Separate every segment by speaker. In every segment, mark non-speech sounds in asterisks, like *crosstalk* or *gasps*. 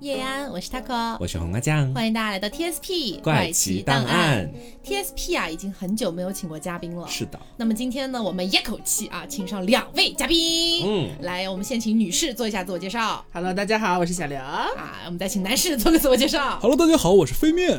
Speaker 1: 叶安，我是 Taco，
Speaker 2: 我是红阿酱。
Speaker 1: 欢迎大家来到 TSP
Speaker 2: 怪奇档
Speaker 1: 案。
Speaker 2: 案
Speaker 1: TSP 啊，已经很久没有请过嘉宾了。
Speaker 2: 是的，
Speaker 1: 那么今天呢，我们一口气啊，请上两位嘉宾。
Speaker 2: 嗯，
Speaker 1: 来，我们先请女士做一下自我介绍
Speaker 3: Hello，大家好，我是小刘。
Speaker 1: 啊，我们再请男士做个自我介绍。
Speaker 4: Hello，大家好，我是飞面。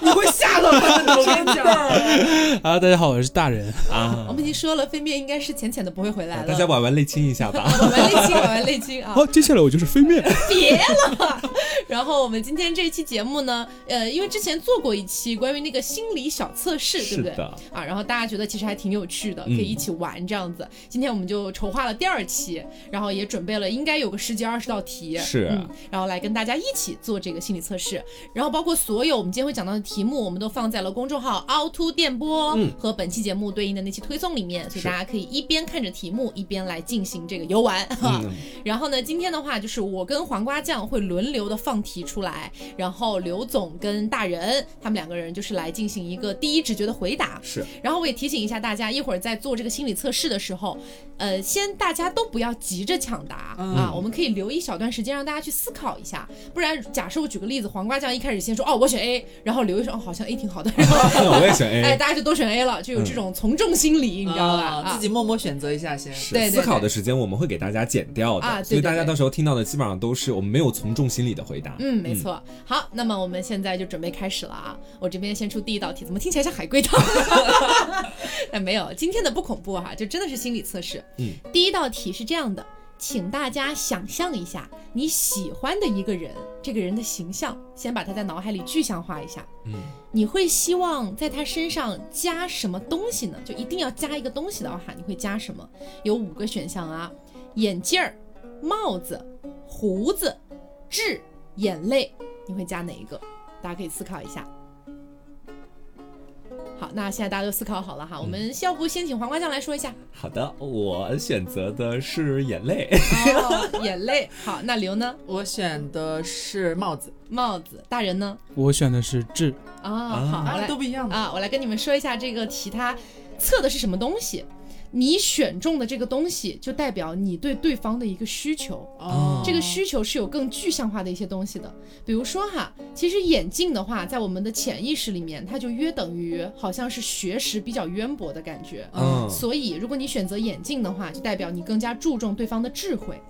Speaker 3: 你会吓到他的，我跟你 *laughs* 讲。
Speaker 4: *laughs* 啊，大家好，我是大人。
Speaker 1: *laughs* 我们已经说了，飞面应该是浅浅的不会回来了。
Speaker 2: *laughs* 啊大家玩玩泪亲一下吧。
Speaker 1: 我们内心，我们内心啊。
Speaker 4: 好，接下来我就是飞面。
Speaker 1: 别了。 *laughs* 然后我们今天这一期节目呢，呃，因为之前做过一期关于那个心理小测试， *laughs* 对
Speaker 2: 是
Speaker 1: 不对？
Speaker 2: 的，
Speaker 1: 啊，然后大家觉得其实还挺有趣的，可以
Speaker 2: 嗯
Speaker 1: 一起玩这样子。今天我们就筹划了第二期，然后也准备了应该有个十几二十道题，
Speaker 2: 是
Speaker 1: 嗯，然后来跟大家一起做这个心理测试。然后包括所有我们今天会讲到的题目，我们都放在了公众号凹凸电波和本期节目对应的那期推送里面，所以
Speaker 2: 嗯是
Speaker 1: 大家可以一边看着题目，一边来进行这个游玩。哈。
Speaker 2: 嗯
Speaker 1: *laughs* 然后呢，今天的话就是我跟黄瓜酱会轮流的放题出来，然后刘总跟大人他们两个人就是来进行一个第一直觉的回答。
Speaker 2: 是
Speaker 1: 然后我也提醒一下大家，一会儿在做这个心理测试的时候，呃，先大家都不要急着抢答、
Speaker 3: 嗯
Speaker 1: 啊，我们可以留一小段时间让大家去思考一下。不然，假设我举个例子，黄瓜酱一开始先说哦我选 A，然后刘一说哦好像 A 挺好的，然后
Speaker 2: *laughs* 我也选
Speaker 1: 哎
Speaker 2: A。
Speaker 1: 大家就都选 A 了，就有这种从众心理，你知道吧？
Speaker 3: 啊
Speaker 1: 啊
Speaker 3: 自己默默选择一下先。
Speaker 2: 是
Speaker 1: 对对对
Speaker 2: 思考的时间我们会给大家剪掉
Speaker 1: 啊对
Speaker 2: 的，所以大
Speaker 1: 对
Speaker 2: 家
Speaker 1: 对
Speaker 2: 到时候听到的基本上都是我们没有从众心理的回答。
Speaker 1: 嗯，没错。好，那么我们现在就准备开始了啊！我这边先出第一道题，怎么听起来像海龟汤？ *laughs* 那没有，今天的不恐怖哈、就真的是心理测试。
Speaker 2: 嗯，
Speaker 1: 第一道题是这样的，请大家想象一下你喜欢的一个人，这个人的形象，先把他在脑海里具象化一下。
Speaker 2: 嗯，
Speaker 1: 你会希望在他身上加什么东西呢？就一定要加一个东西的话，你会加什么？有五个选项啊：眼镜儿、帽子、胡子、痣、眼泪，你会加哪一个？大家可以思考一下。好，那现在大家都思考好了哈，我们要不先请黄瓜酱来说一下。
Speaker 2: 嗯好的，我选择的是眼泪。
Speaker 1: 哦， *laughs* 眼泪。好，那刘呢？
Speaker 3: 我选的是帽子，
Speaker 1: 帽子。大人呢？
Speaker 4: *laughs* 我选的是智，
Speaker 1: 啊、
Speaker 2: 啊
Speaker 1: 好，我
Speaker 3: 啊，
Speaker 1: 来
Speaker 3: 都不一样的。
Speaker 1: 啊，我来跟你们说一下这个题，它测的是什么东西。你选中的这个东西，就代表你对对方的一个需求。
Speaker 2: 哦
Speaker 1: 这个需求是有更具象化的一些东西的，比如说哈，其实眼镜的话，在我们的潜意识里面，它就约等于好像是学识比较渊博的感觉。
Speaker 2: 嗯，
Speaker 1: 所以，如果你选择眼镜的话，就代表你更加注重对方的智慧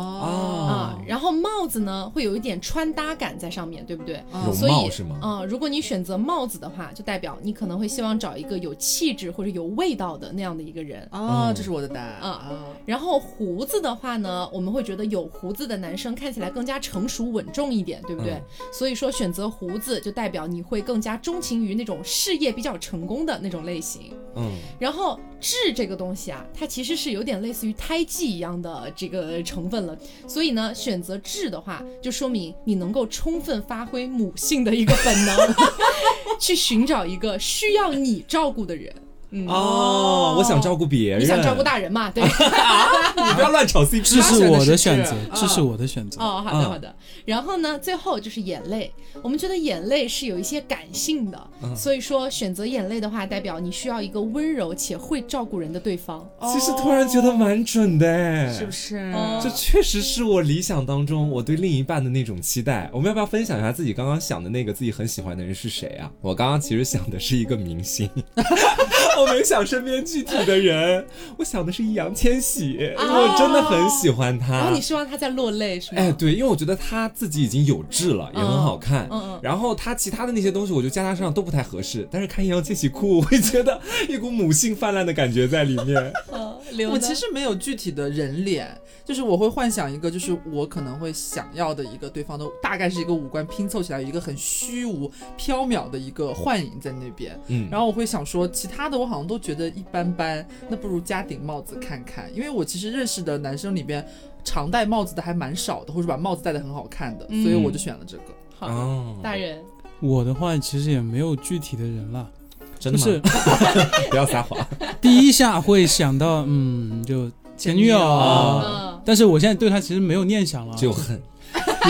Speaker 3: 哦
Speaker 1: 啊、然后帽子呢，会有一点穿搭感在上面，对不对？
Speaker 3: 啊
Speaker 2: 容
Speaker 1: 所以
Speaker 2: 貌是吗？
Speaker 1: 嗯，如果你选择帽子的话，就代表你可能会希望找一个有气质或者有味道的那样的一个人。
Speaker 3: 哦
Speaker 2: 嗯，
Speaker 3: 这是我的答案
Speaker 1: 嗯
Speaker 3: 啊。
Speaker 1: 然后胡子的话呢，我们会觉得有胡子的男生看起来更加成熟稳重一点，对不对？
Speaker 2: 嗯
Speaker 1: 所以说选择胡子就代表你会更加钟情于那种事业比较成功的那种类型。
Speaker 2: 嗯，
Speaker 1: 然后痣这个东西啊，它其实是有点类似于胎记一样的这个成分了，所以呢，选择痣的话，就说明你能够充分发挥母性的一个本能，
Speaker 2: *laughs*
Speaker 1: 去寻找一个需要你照顾的人。嗯，
Speaker 2: 哦，我想照顾别人，
Speaker 1: 你想照顾大人嘛？对。
Speaker 2: *laughs* 你不要乱炒 CP。
Speaker 4: 智是我的选择
Speaker 3: 他选的是，智
Speaker 4: 智啊是我的选择。
Speaker 1: 哦，好的
Speaker 2: 嗯
Speaker 1: 好的。然后呢，最后就是眼泪。我们觉得眼泪是有一些感性的，所以说选择眼泪的话，代表你需要一个温柔且会照顾人的对方。
Speaker 2: 其实突然觉得蛮准的，哎
Speaker 3: 是不是？
Speaker 1: 哦
Speaker 2: 这确实是我理想当中我对另一半的那种期待。我们要不要分享一下自己刚刚想的那个自己很喜欢的人是谁啊？我刚刚其实想的是一个明星， *laughs* 我没想身边具体的人，我想的是易烊千玺，我真的很喜欢
Speaker 1: 然后
Speaker 2: 他
Speaker 1: 哦你。希望他在落泪是吗？
Speaker 2: 哎，对，因为我觉得他自己已经有志了，也很好看。
Speaker 1: 嗯嗯
Speaker 2: 然后他其他的那些东西，我觉得加他身上都不太合适。但是看易烊千玺哭，我会觉得一股母性泛滥的感觉在里面。
Speaker 1: 嗯，刘
Speaker 3: 我
Speaker 1: 呢
Speaker 3: 其实没有具体的人脸，就是我会幻想一个，就是我可能会想要的一个对方的，大概是一个五官拼凑起来，有一个很虚无缥缈的一个幻影在那边。
Speaker 2: 嗯，
Speaker 3: *laughs* 然后我会想说，其他的我好像都觉得一般般，那不如加顶帽子看看，因为我其实认识的男生里边，常戴帽子的还蛮少的，或者把帽子戴的很好看的，所以
Speaker 2: 嗯
Speaker 3: 我就选了这个。
Speaker 1: 好、
Speaker 2: 哦
Speaker 1: 大人，
Speaker 4: 我的话其实也没有具体的人了，
Speaker 2: 真
Speaker 4: 就
Speaker 2: 的吗？
Speaker 4: 是
Speaker 2: 不要撒谎。
Speaker 4: 第一下会想到， *laughs* 嗯，就前女
Speaker 2: 哦
Speaker 4: 友。
Speaker 1: 嗯，
Speaker 4: 但是我现在对他其实没有念想了，
Speaker 2: 只有恨。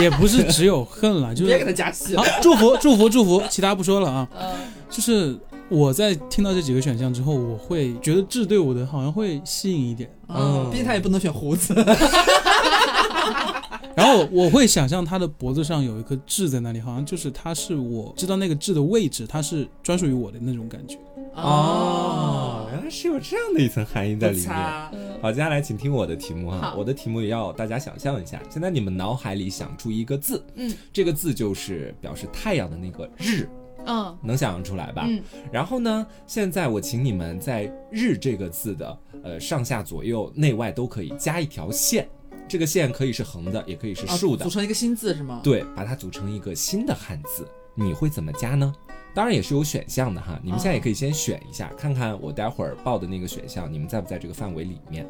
Speaker 4: 也不是只有恨 *laughs* 了，就
Speaker 3: 别给
Speaker 4: 是
Speaker 3: 他加戏
Speaker 4: 好
Speaker 3: 了。
Speaker 4: 祝福祝福祝福，其他不说了啊。
Speaker 1: 嗯
Speaker 4: 就是我在听到这几个选项之后，我会觉得智对我的好像会吸引一点。
Speaker 2: 嗯
Speaker 3: 嗯，毕竟他也不能选胡子。
Speaker 4: 然后我会想象他的脖子上有一颗痣在那里，好像就是他是我知道那个痣的位置，它是专属于我的那种感觉。
Speaker 2: 哦，原来是有这样的一层含啊义在里面。
Speaker 3: 擦
Speaker 1: 嗯
Speaker 2: 好，接下来请听我的题目哈
Speaker 1: 好，
Speaker 2: 我的题目也要大家想象一下。现在你们脑海里想出一个字，
Speaker 1: 嗯
Speaker 2: 这个字就是表示太阳的那个日，
Speaker 1: 嗯
Speaker 2: 能想象出来吧？
Speaker 1: 嗯
Speaker 2: 然后呢，现在我请你们在“日”这个字的呃上下左右内外都可以加一条线，这个线可以是横的，也可以是
Speaker 3: 啊
Speaker 1: 哦
Speaker 2: 竖的，
Speaker 3: 组成一个新字是吗？
Speaker 2: 对，把它组成一个新的汉字，你会怎么加呢？当然也是有选项的哈，你们现在
Speaker 1: 哦
Speaker 2: 也可以先选一下，看看我待会儿报的那个选项，你们在不在这个范围里面？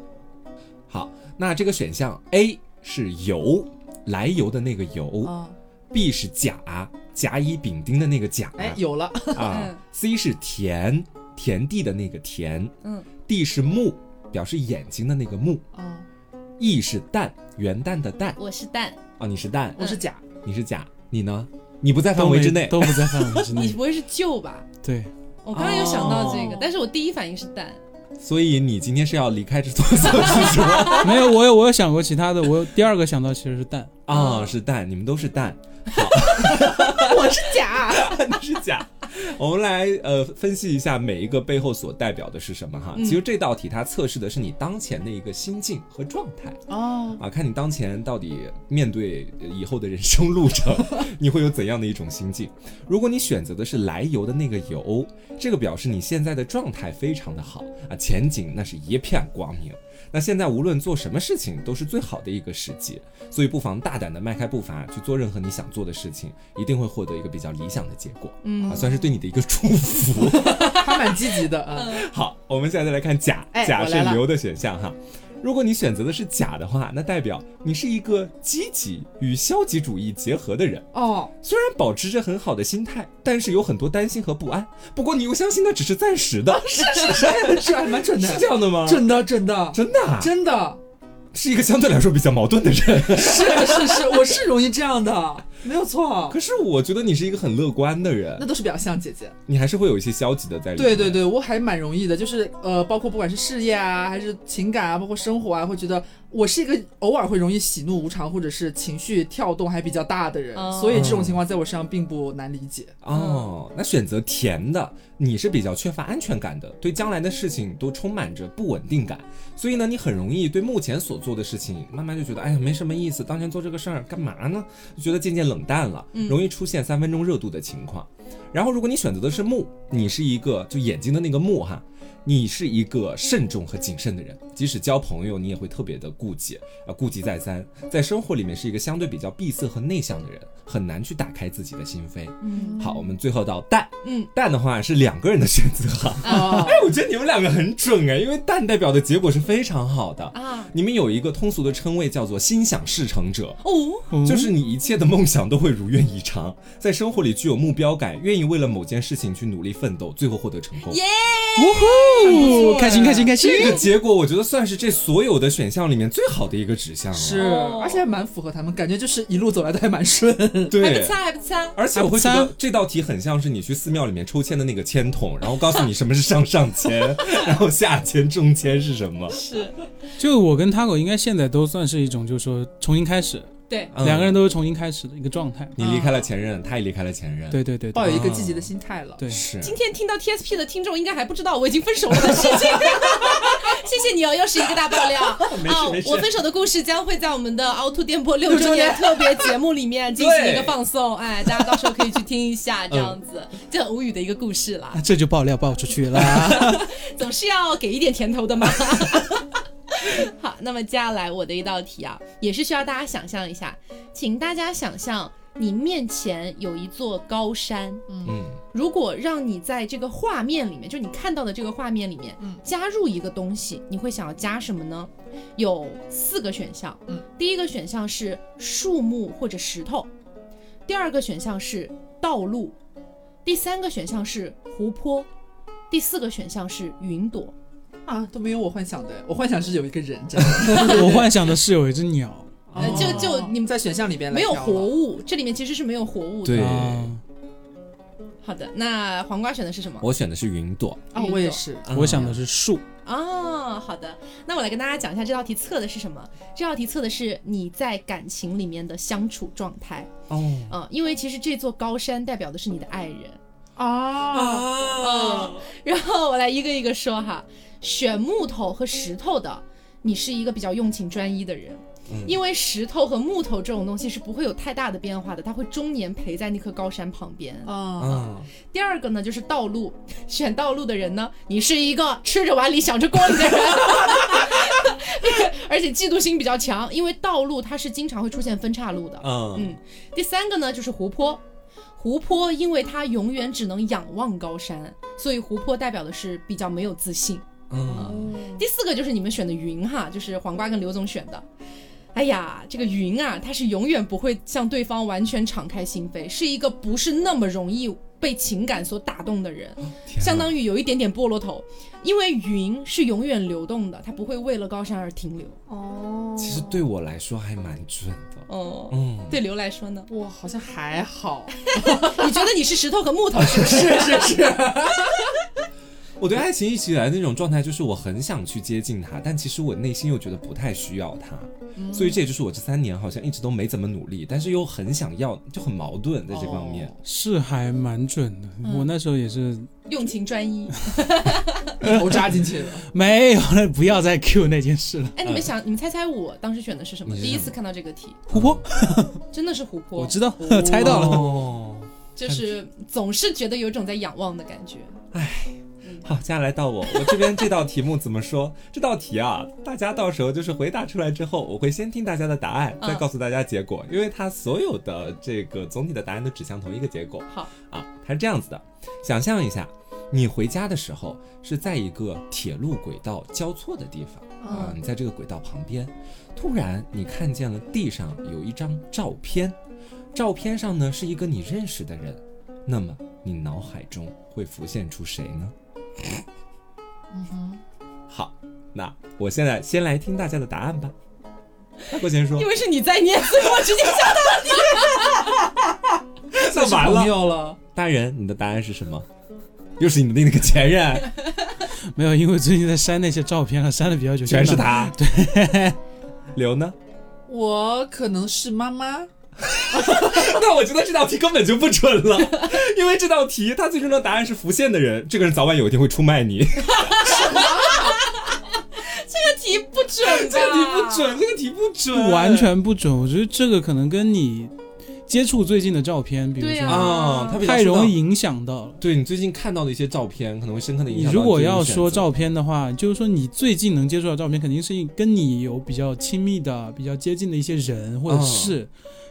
Speaker 2: 好，那这个选项 A 是油，来由的那个
Speaker 1: 哦
Speaker 2: 油
Speaker 3: 啊，
Speaker 2: ；B 是甲，甲乙丙丁的那个甲，
Speaker 3: 哎，
Speaker 2: *laughs*
Speaker 3: 有了，
Speaker 2: 啊
Speaker 1: 嗯
Speaker 2: ；C 是田，田地的那个田
Speaker 1: 嗯哦
Speaker 2: ；D 是目，表示眼睛的那个目
Speaker 3: 啊，
Speaker 2: ；E 是蛋，元旦的蛋。
Speaker 1: 我是蛋，
Speaker 2: 哦，你是蛋，
Speaker 3: 我是
Speaker 2: *laughs*
Speaker 3: 甲，
Speaker 2: 你是甲，你呢？你不在
Speaker 4: 都
Speaker 2: 范围之内
Speaker 4: 没。都不在范围之
Speaker 1: 你 *laughs*
Speaker 4: 内。
Speaker 1: 不会是舅吧？
Speaker 4: 对，
Speaker 1: 我刚刚有想到这个
Speaker 3: 哦，
Speaker 1: 但是我第一反应是蛋。
Speaker 2: 所以你今天是要离开这座小剧场
Speaker 4: 没有我有我有想过其他的，我有第二个想到其实是蛋。
Speaker 2: *laughs* 啊？是蛋，你们都是蛋， *laughs*
Speaker 1: 我是甲，
Speaker 2: 你是假。我们来呃分析一下每一个背后所代表的是什么哈。
Speaker 1: 嗯
Speaker 2: 其实这道题它测试的是你当前的一个心境和状态
Speaker 3: 哦，
Speaker 2: 啊，看你当前到底面对呃以后的人生路程，你会有怎样的一种心境。如果你选择的是来由的那个由，这个表示你现在的状态非常的好啊，前景那是一片光明。那现在无论做什么事情都是最好的一个时机，所以不妨大胆的迈开步伐去做任何你想做的事情，一定会获得一个比较理想的结果。
Speaker 1: 嗯
Speaker 2: 啊，算是对你的一个祝福。
Speaker 3: 他蛮积极的啊，
Speaker 2: 好，我们现在再来看甲，
Speaker 3: 哎
Speaker 2: 甲
Speaker 3: 我
Speaker 2: 是
Speaker 3: 来了
Speaker 2: 牛的选项哈。如果你选择的是甲的话，那代表你是一个积极与消极主义结合的人。
Speaker 3: 哦，
Speaker 2: 虽然保持着很好的心态，但是有很多担心和不安。不过你又相信那只是暂时
Speaker 3: *laughs*
Speaker 2: 的，是是是，
Speaker 3: 这还蛮准
Speaker 2: *laughs*
Speaker 3: 的，
Speaker 2: 是这样的吗？
Speaker 3: 准的准的
Speaker 2: 真的、啊，
Speaker 3: 真的，
Speaker 2: 是一个相对来说比较矛盾的人。
Speaker 3: *laughs* 是是是，我是容易这样的，没有错
Speaker 2: 可，是我觉得你是一个很乐观的
Speaker 3: 那
Speaker 2: 人，
Speaker 3: 都是表象，姐姐。
Speaker 2: 你还是会有一些消极的在里面。
Speaker 3: 对对对，我还蛮容易的，就是呃，包括不管是事业啊，还是情感啊，包括生活啊，会觉得我是一个偶尔会容易喜怒无常，或者是情绪跳动还比较大的人，
Speaker 1: 哦
Speaker 3: 所以这种情况在我身上并不难理
Speaker 1: *laughs*
Speaker 3: 解。
Speaker 2: 哦，那选择甜的，你是比较缺乏安全感的，对将来的事情都充满着不稳定感，所以呢，你很容易对目前所做的事情，慢慢就觉得，哎呀，没什么意思，当前做这个事儿干嘛呢？就觉得渐渐冷淡了，容易出现三分钟热度的情况。然后，如果你选择的是木，你是一个就眼睛的那个木哈，你是一个慎重和谨慎的人，即使交朋友，你也会特别的顾忌，呃，顾忌再三，在生活里面是一个相对比较闭塞和内向的人，很难去打开自己的心扉。
Speaker 1: 嗯
Speaker 2: 好，我们最后到蛋，
Speaker 1: 嗯
Speaker 2: 蛋的话是两个人的选择 *laughs* 哈。
Speaker 3: 啊，
Speaker 1: 哦
Speaker 2: 哎，我觉得你们两个很准哎，因为蛋代表的结果是非常好的。
Speaker 1: 啊
Speaker 2: 你们有一个通俗的称谓叫做“心想事成者”，
Speaker 1: 哦
Speaker 2: 就是你一切的梦想都会如愿以偿，在生活里具有目标感，愿意为了某件事情去努力奋斗，最后获得成功。
Speaker 1: 耶，
Speaker 4: 呜哦呼，开心开心开心！
Speaker 2: 这个结果，我觉得算是这所有的选项里面最好的一个指向了。
Speaker 3: *laughs* 是，
Speaker 1: 哦
Speaker 3: 而且还蛮符合他们，感觉就是一路走来都还蛮顺。
Speaker 1: 还不
Speaker 2: 对。
Speaker 1: 擦还不擦，
Speaker 2: 而且我会觉得这道题很像是你去寺庙里面抽签的那个签筒，然后告诉你什么是上上 *laughs* 签，然后下签、中签是什么。
Speaker 1: 是
Speaker 4: 就我跟 Taco 应该现在都算是一种，就是说重新开始，
Speaker 1: 对，
Speaker 2: 嗯
Speaker 4: 两个人都是重新开始的一个状态。
Speaker 2: 你离开了前任，他也离开了前任，，
Speaker 4: 对对对
Speaker 3: 抱
Speaker 4: 对
Speaker 3: 有一个积极的心态了。
Speaker 4: 对，
Speaker 2: 是。
Speaker 1: 今天听到 TSP 的听众应该还不知道我已经分手了的 *laughs* 事情。谢谢你哦，又是一个大爆料啊
Speaker 2: *laughs* 没事没！事
Speaker 1: 我分手的故事将会在我们的凹凸电波六周年特别节目里面进行一个放
Speaker 2: *laughs*
Speaker 1: 送，哎，大家到时候可以去听一下，这样子， *laughs* 这很无语的一个故事啦
Speaker 4: 那，这就爆料爆出去了。
Speaker 2: *laughs*
Speaker 1: 总是要给一点甜头的嘛。 *laughs* 好，那么接下来我的一道题啊，也是需要大家想象一下，请大家想象你面前有一座高山，
Speaker 2: 嗯，
Speaker 1: 如果让你在这个画面里面，就你看到的这个画面里面，
Speaker 3: 嗯
Speaker 1: 加入一个东西，你会想要加什么呢？有四个选项，
Speaker 3: 嗯，
Speaker 1: 第一个选项是树木或者石头，第二个选项是道路，第三个选项是湖泊，第四个选项是云朵。
Speaker 3: 啊，都没有我幻想的，我幻想是有一个人这样。
Speaker 4: 我幻想的是有一只鸟，
Speaker 3: 哦 *laughs*
Speaker 1: 呃就就你们
Speaker 3: 在选项里边来
Speaker 1: 没有
Speaker 3: 挑
Speaker 1: 活
Speaker 3: 了
Speaker 1: 物，这里面其实是没有活物的。
Speaker 2: 对
Speaker 4: 啊，
Speaker 1: 好的，那黄瓜选的是什么？
Speaker 2: 我选的是云朵。
Speaker 3: 啊，我也是
Speaker 4: 我想的是树，
Speaker 1: 哦，好的，那我来跟大家讲一下这道题测的是什么。这道题测的是你在感情里面的相处状态。
Speaker 2: 哦
Speaker 1: 嗯、因为其实这座高山代表的是你的爱人。哦
Speaker 3: 啊，
Speaker 2: 啊，
Speaker 1: 然后我来一个一个说哈，选木头和石头的，你是一个比较用情专一的人。
Speaker 2: 嗯
Speaker 1: 因为石头和木头这种东西是不会有太大的变化的，它会终年陪在那棵高山旁边。
Speaker 3: 啊，
Speaker 2: 啊，
Speaker 1: 第二个呢，就是道路，选道路的人呢，你是一个吃着碗里想着锅里的人， *laughs* 而且嫉妒心比较强，因为道路它是经常会出现分岔路的。
Speaker 2: 嗯
Speaker 1: 嗯，第三个呢就是湖泊，湖泊因为它永远只能仰望高山，所以湖泊代表的是比较没有自信。
Speaker 2: 嗯，
Speaker 1: 第四个就是你们选的云哈，就是黄瓜跟刘总选的。哎呀，这个云啊，它是永远不会向对方完全敞开心扉，是一个不是那么容易被情感所打动的人，相当
Speaker 2: 于
Speaker 1: 于有一点点菠萝头，因为云是永远流动的，它不会为了高山而停留。
Speaker 3: 哦
Speaker 2: 其实对我来说还蛮准的，
Speaker 1: 哦，
Speaker 2: 嗯，
Speaker 1: 对刘来说呢？
Speaker 3: 我好像还好，
Speaker 1: 你觉得你是石头和木头是不是？是是是。
Speaker 2: 我对爱情一直以来那种状态，就是我很想去接近他，但其实我内心又觉得不太需要他，所以这也就是我这三年好像一直都没怎么努力，但是又很想要，就很矛盾在这方面。
Speaker 4: 是还蛮准的。
Speaker 1: 嗯
Speaker 4: 我那时候也是
Speaker 1: 用情专
Speaker 2: *laughs*
Speaker 1: 一。
Speaker 3: 一头哦扎进去了。
Speaker 4: 没有了，不要再 *laughs* Q 那件事了。
Speaker 1: 哎，你们想，你们猜猜我当时选的是什么？
Speaker 2: 你是
Speaker 1: 第一
Speaker 2: 什么
Speaker 1: 次看到这个题，
Speaker 4: *laughs* 湖泊，
Speaker 1: 真的是湖泊，
Speaker 4: 我知道
Speaker 2: *laughs*
Speaker 1: 哦，
Speaker 4: 猜到了。
Speaker 2: 哦，
Speaker 1: 就是总是觉得有一种在仰望的感觉。
Speaker 2: 好，接下来到我，我这边这道题目怎么说？这道题啊，大家到时候就是回答出来之后，我会先听大家的答案，
Speaker 1: 嗯
Speaker 2: 再告诉大家结果，因为它所有的这个总体的答案都指向同一个结果。
Speaker 1: 好，
Speaker 2: 啊，它是这样子的，想象一下，你回家的时候是在一个铁路轨道交错的地方啊，
Speaker 1: 嗯
Speaker 2: 你在这个轨道旁边，突然你看见了地上有一张照片，照片上呢是一个你认识的人，那么你脑海中会浮现出谁呢？
Speaker 3: 嗯哼，
Speaker 2: 好，那我现在先来听大家的答
Speaker 4: *laughs*
Speaker 2: 案吧。大国贤说
Speaker 1: 因为是你在念，所以我直接想，：“
Speaker 2: 那 *laughs* 完
Speaker 3: 朋
Speaker 2: 了，
Speaker 3: 友了，
Speaker 2: 大人，你的答案是什么？又是你的那个前任，
Speaker 4: *laughs*
Speaker 2: 啊
Speaker 4: 没有，因为最近在删那些照片了，删的比较久，
Speaker 2: 全是
Speaker 4: 真的。
Speaker 2: 他。对， *laughs* 刘呢？
Speaker 3: 我可能是妈妈。
Speaker 2: 那我觉得这道题根本就不准了， *laughs* 因为这道题它最终的答案是浮现的人，这个人早晚有一天会出卖
Speaker 4: *laughs*
Speaker 2: 你。
Speaker 1: 这个题不准吧？
Speaker 4: 啊
Speaker 2: 这个 *laughs* 题不。准，这个题不准，
Speaker 4: *laughs* 完全不准。我觉得这个可能跟你接触最近的照片，比如
Speaker 1: 对
Speaker 4: 说，
Speaker 1: 啊
Speaker 2: 啊，他比较
Speaker 4: 太
Speaker 2: 受到
Speaker 4: 容易。影响到了。
Speaker 2: 对你最近看到的一些照片，可能会深刻的影
Speaker 4: 你
Speaker 2: 响到
Speaker 4: 如果
Speaker 2: 自己的
Speaker 4: 要
Speaker 2: 选
Speaker 4: 说
Speaker 2: 择
Speaker 4: 照片的话，就是说你最近能接触到照片，肯定是跟你有比较亲密的、比较接近的一些人或者
Speaker 2: 嗯
Speaker 4: 是，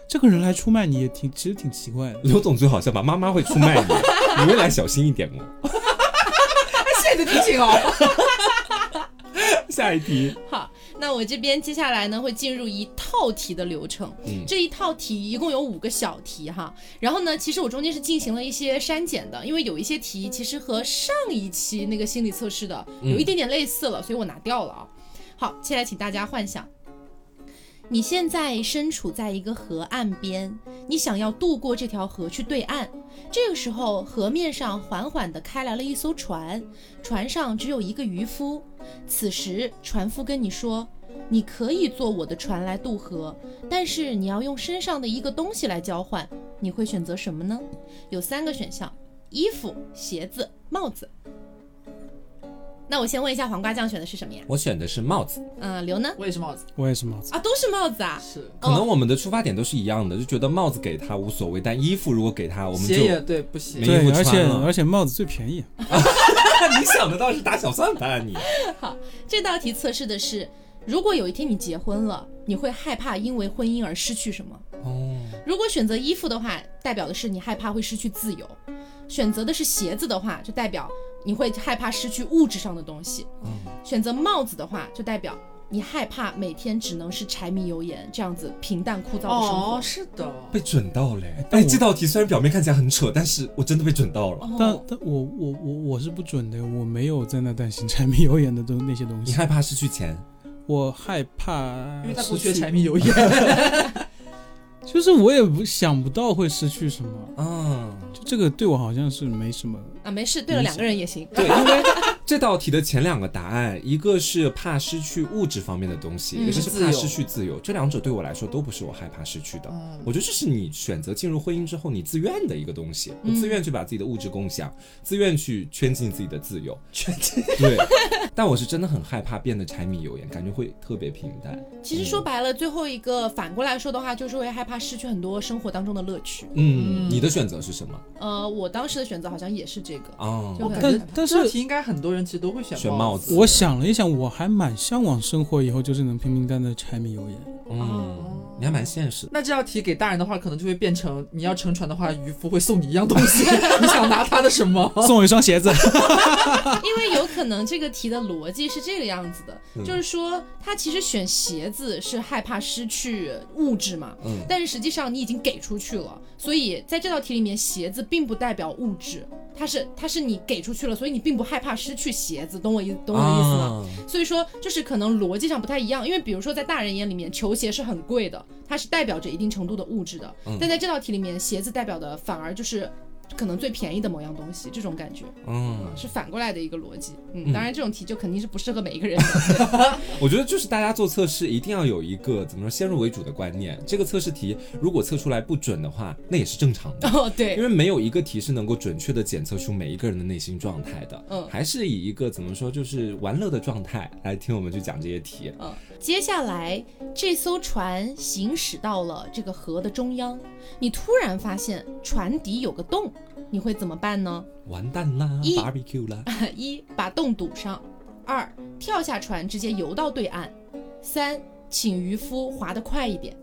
Speaker 4: 这个人来出卖你也挺，其实挺奇怪的。
Speaker 2: *laughs* 刘总最好笑吧，妈妈会出卖
Speaker 4: *laughs*
Speaker 2: 你，你未来小心一点哦。
Speaker 3: 现在提醒哦，
Speaker 2: 下一题，
Speaker 1: 好，那我这边接下来呢会进入一套题的流程。
Speaker 2: 嗯
Speaker 1: 这一套题一共有五个小题哈，然后呢，其实我中间是进行了一些删减的，因为有一些题其实和上一期那个心理测试的
Speaker 2: 嗯
Speaker 1: 有一点点类似了，所以我拿掉了啊。好，现在请大家幻想，你现在身处在一个河岸边，你想要渡过这条河去对岸。这个时候，河面上缓缓地开来了一艘船，船上只有一个渔夫。此时，船夫跟你说：“你可以坐我的船来渡河，但是你要用身上的一个东西来交换，你会选择什么呢？有三个选项：衣服、鞋子、帽子。那我先问一下黄瓜酱选的是什么呀？
Speaker 2: 我选的是帽子，
Speaker 1: 嗯、刘呢？
Speaker 3: 我也是帽子，
Speaker 4: 我也是帽子，
Speaker 1: 啊，都是帽子啊。
Speaker 3: 是
Speaker 2: 可能我们的出发点都是一样的，就觉得帽子给他无所谓，但衣服如果给他，我们就
Speaker 3: 鞋也对不行
Speaker 2: 没。衣
Speaker 4: 对，
Speaker 2: 服
Speaker 4: 而且
Speaker 2: 穿了
Speaker 4: 而且帽子最便宜。
Speaker 2: 你想得到是打小算盘啊你。
Speaker 1: 这道题测试的是，如果有一天你结婚了，你会害怕因为婚姻而失去什么？
Speaker 2: 哦，
Speaker 1: 如果选择衣服的话，代表的是你害怕会失去自由；选择的是鞋子的话，就代表你会害怕失去物质上的东西；
Speaker 2: 嗯
Speaker 1: 选择帽子的话，就代表你害怕每天只能是柴米油盐这样子平淡枯燥的生活。
Speaker 3: 哦，是的，
Speaker 2: 被准到嘞！
Speaker 4: 但
Speaker 2: 哎，
Speaker 4: 我
Speaker 2: 这道题虽然表面看起来很扯，但是我真的被准到
Speaker 1: 哦
Speaker 2: 了。
Speaker 4: 但但我我我我是不准的，我没有在那担心柴米油盐的东那些东
Speaker 2: 你
Speaker 4: 西，
Speaker 2: 害怕失去钱？
Speaker 4: 我害怕
Speaker 3: 因为他不
Speaker 4: 失
Speaker 3: 缺
Speaker 4: 去
Speaker 3: 柴米油盐。
Speaker 4: 就是我也不想不到会失去什么，
Speaker 2: 啊，
Speaker 4: 就这个对我好像是没什么。
Speaker 1: 啊，没事，对了，
Speaker 4: 你
Speaker 1: 两个人也行。
Speaker 2: 对，因为这道题的前两个答案，一个是怕失去物质方面的东西，
Speaker 1: 嗯
Speaker 2: 一个是
Speaker 3: 自
Speaker 2: 怕
Speaker 3: 由
Speaker 2: 失去自由。这两者对我来说都不是我害怕失去的。
Speaker 3: 嗯
Speaker 2: 我觉得这是你选择进入婚姻之后你自愿的一个东西，
Speaker 1: 嗯
Speaker 2: 自愿去把自己的物质共享，自愿去圈进自己的自
Speaker 1: *laughs*
Speaker 2: 由。
Speaker 3: 全真
Speaker 2: 对，但我是真的很害怕变得柴米油盐，感觉会特别平淡。
Speaker 1: 其实说白了，最后一个反过来说的话，就是会害怕失去很多生活当中的乐趣。
Speaker 2: 嗯，你的选择是什么
Speaker 1: 呃，我当时的选择好像也是这个，
Speaker 2: 啊？
Speaker 1: 就
Speaker 3: 我
Speaker 1: 很害
Speaker 3: 感觉
Speaker 1: 怕
Speaker 4: 但但
Speaker 3: 这道
Speaker 4: 是
Speaker 3: 题应该很多人其实都会选
Speaker 2: 选帽
Speaker 3: 帽
Speaker 2: 子
Speaker 4: 我想了一想，我还蛮向往生活以后就是能平平淡淡地柴米油盐。
Speaker 2: 嗯，
Speaker 1: 哦
Speaker 2: 你还蛮现实的。
Speaker 3: 那这道题给大人的话，可能就会变成你要乘船的话，渔夫会送你一样东 *laughs* 西，你想拿他的什么？
Speaker 4: 送我一双鞋子， *laughs*
Speaker 1: 因为有可能这个题的逻辑是这个样子的，就是说他其实选鞋子是害怕失去物质嘛，
Speaker 2: 嗯
Speaker 1: 但是实际上你已经给出去了，所以在这道题里面，鞋子并不代表物质，它是它是你给出去了，所以你并不害怕失去鞋子，懂我意懂我的意思吗？
Speaker 2: 啊
Speaker 1: 所以说，就是可能逻辑上不太一样，因为比如说在大人眼里面，球鞋是很贵的，它是代表着一定程度的物质的，
Speaker 2: 嗯
Speaker 1: 但在这道题里面，鞋子代表的反而就是可能最便宜的某样东西，这种感觉。
Speaker 2: 嗯，
Speaker 1: 是反过来的一个逻辑。
Speaker 2: 嗯
Speaker 1: 嗯，当然这种题就肯定是不适合每一个人的。 *laughs*
Speaker 2: 我觉得就是大家做测试一定要有一个怎么说先入为主的观念。这个测试题如果测出来不准的话，那也是正常的。
Speaker 1: 哦，
Speaker 2: 因
Speaker 1: 对，
Speaker 2: 为没有一个题是能够准确的检测出每一个人的内心状态的，
Speaker 1: 嗯
Speaker 2: 还是以一个怎么说就是玩乐的状态来听我们去讲这些题。
Speaker 1: 嗯。接下来，这艘船行驶到了这个河的中央，你突然发现船底有个洞，你会怎么办呢？
Speaker 2: 完蛋啦
Speaker 1: 一
Speaker 2: ，barbecue 啦，
Speaker 1: 一，把洞堵上；二，跳下船直接游到对岸；三，请渔夫划得快一点。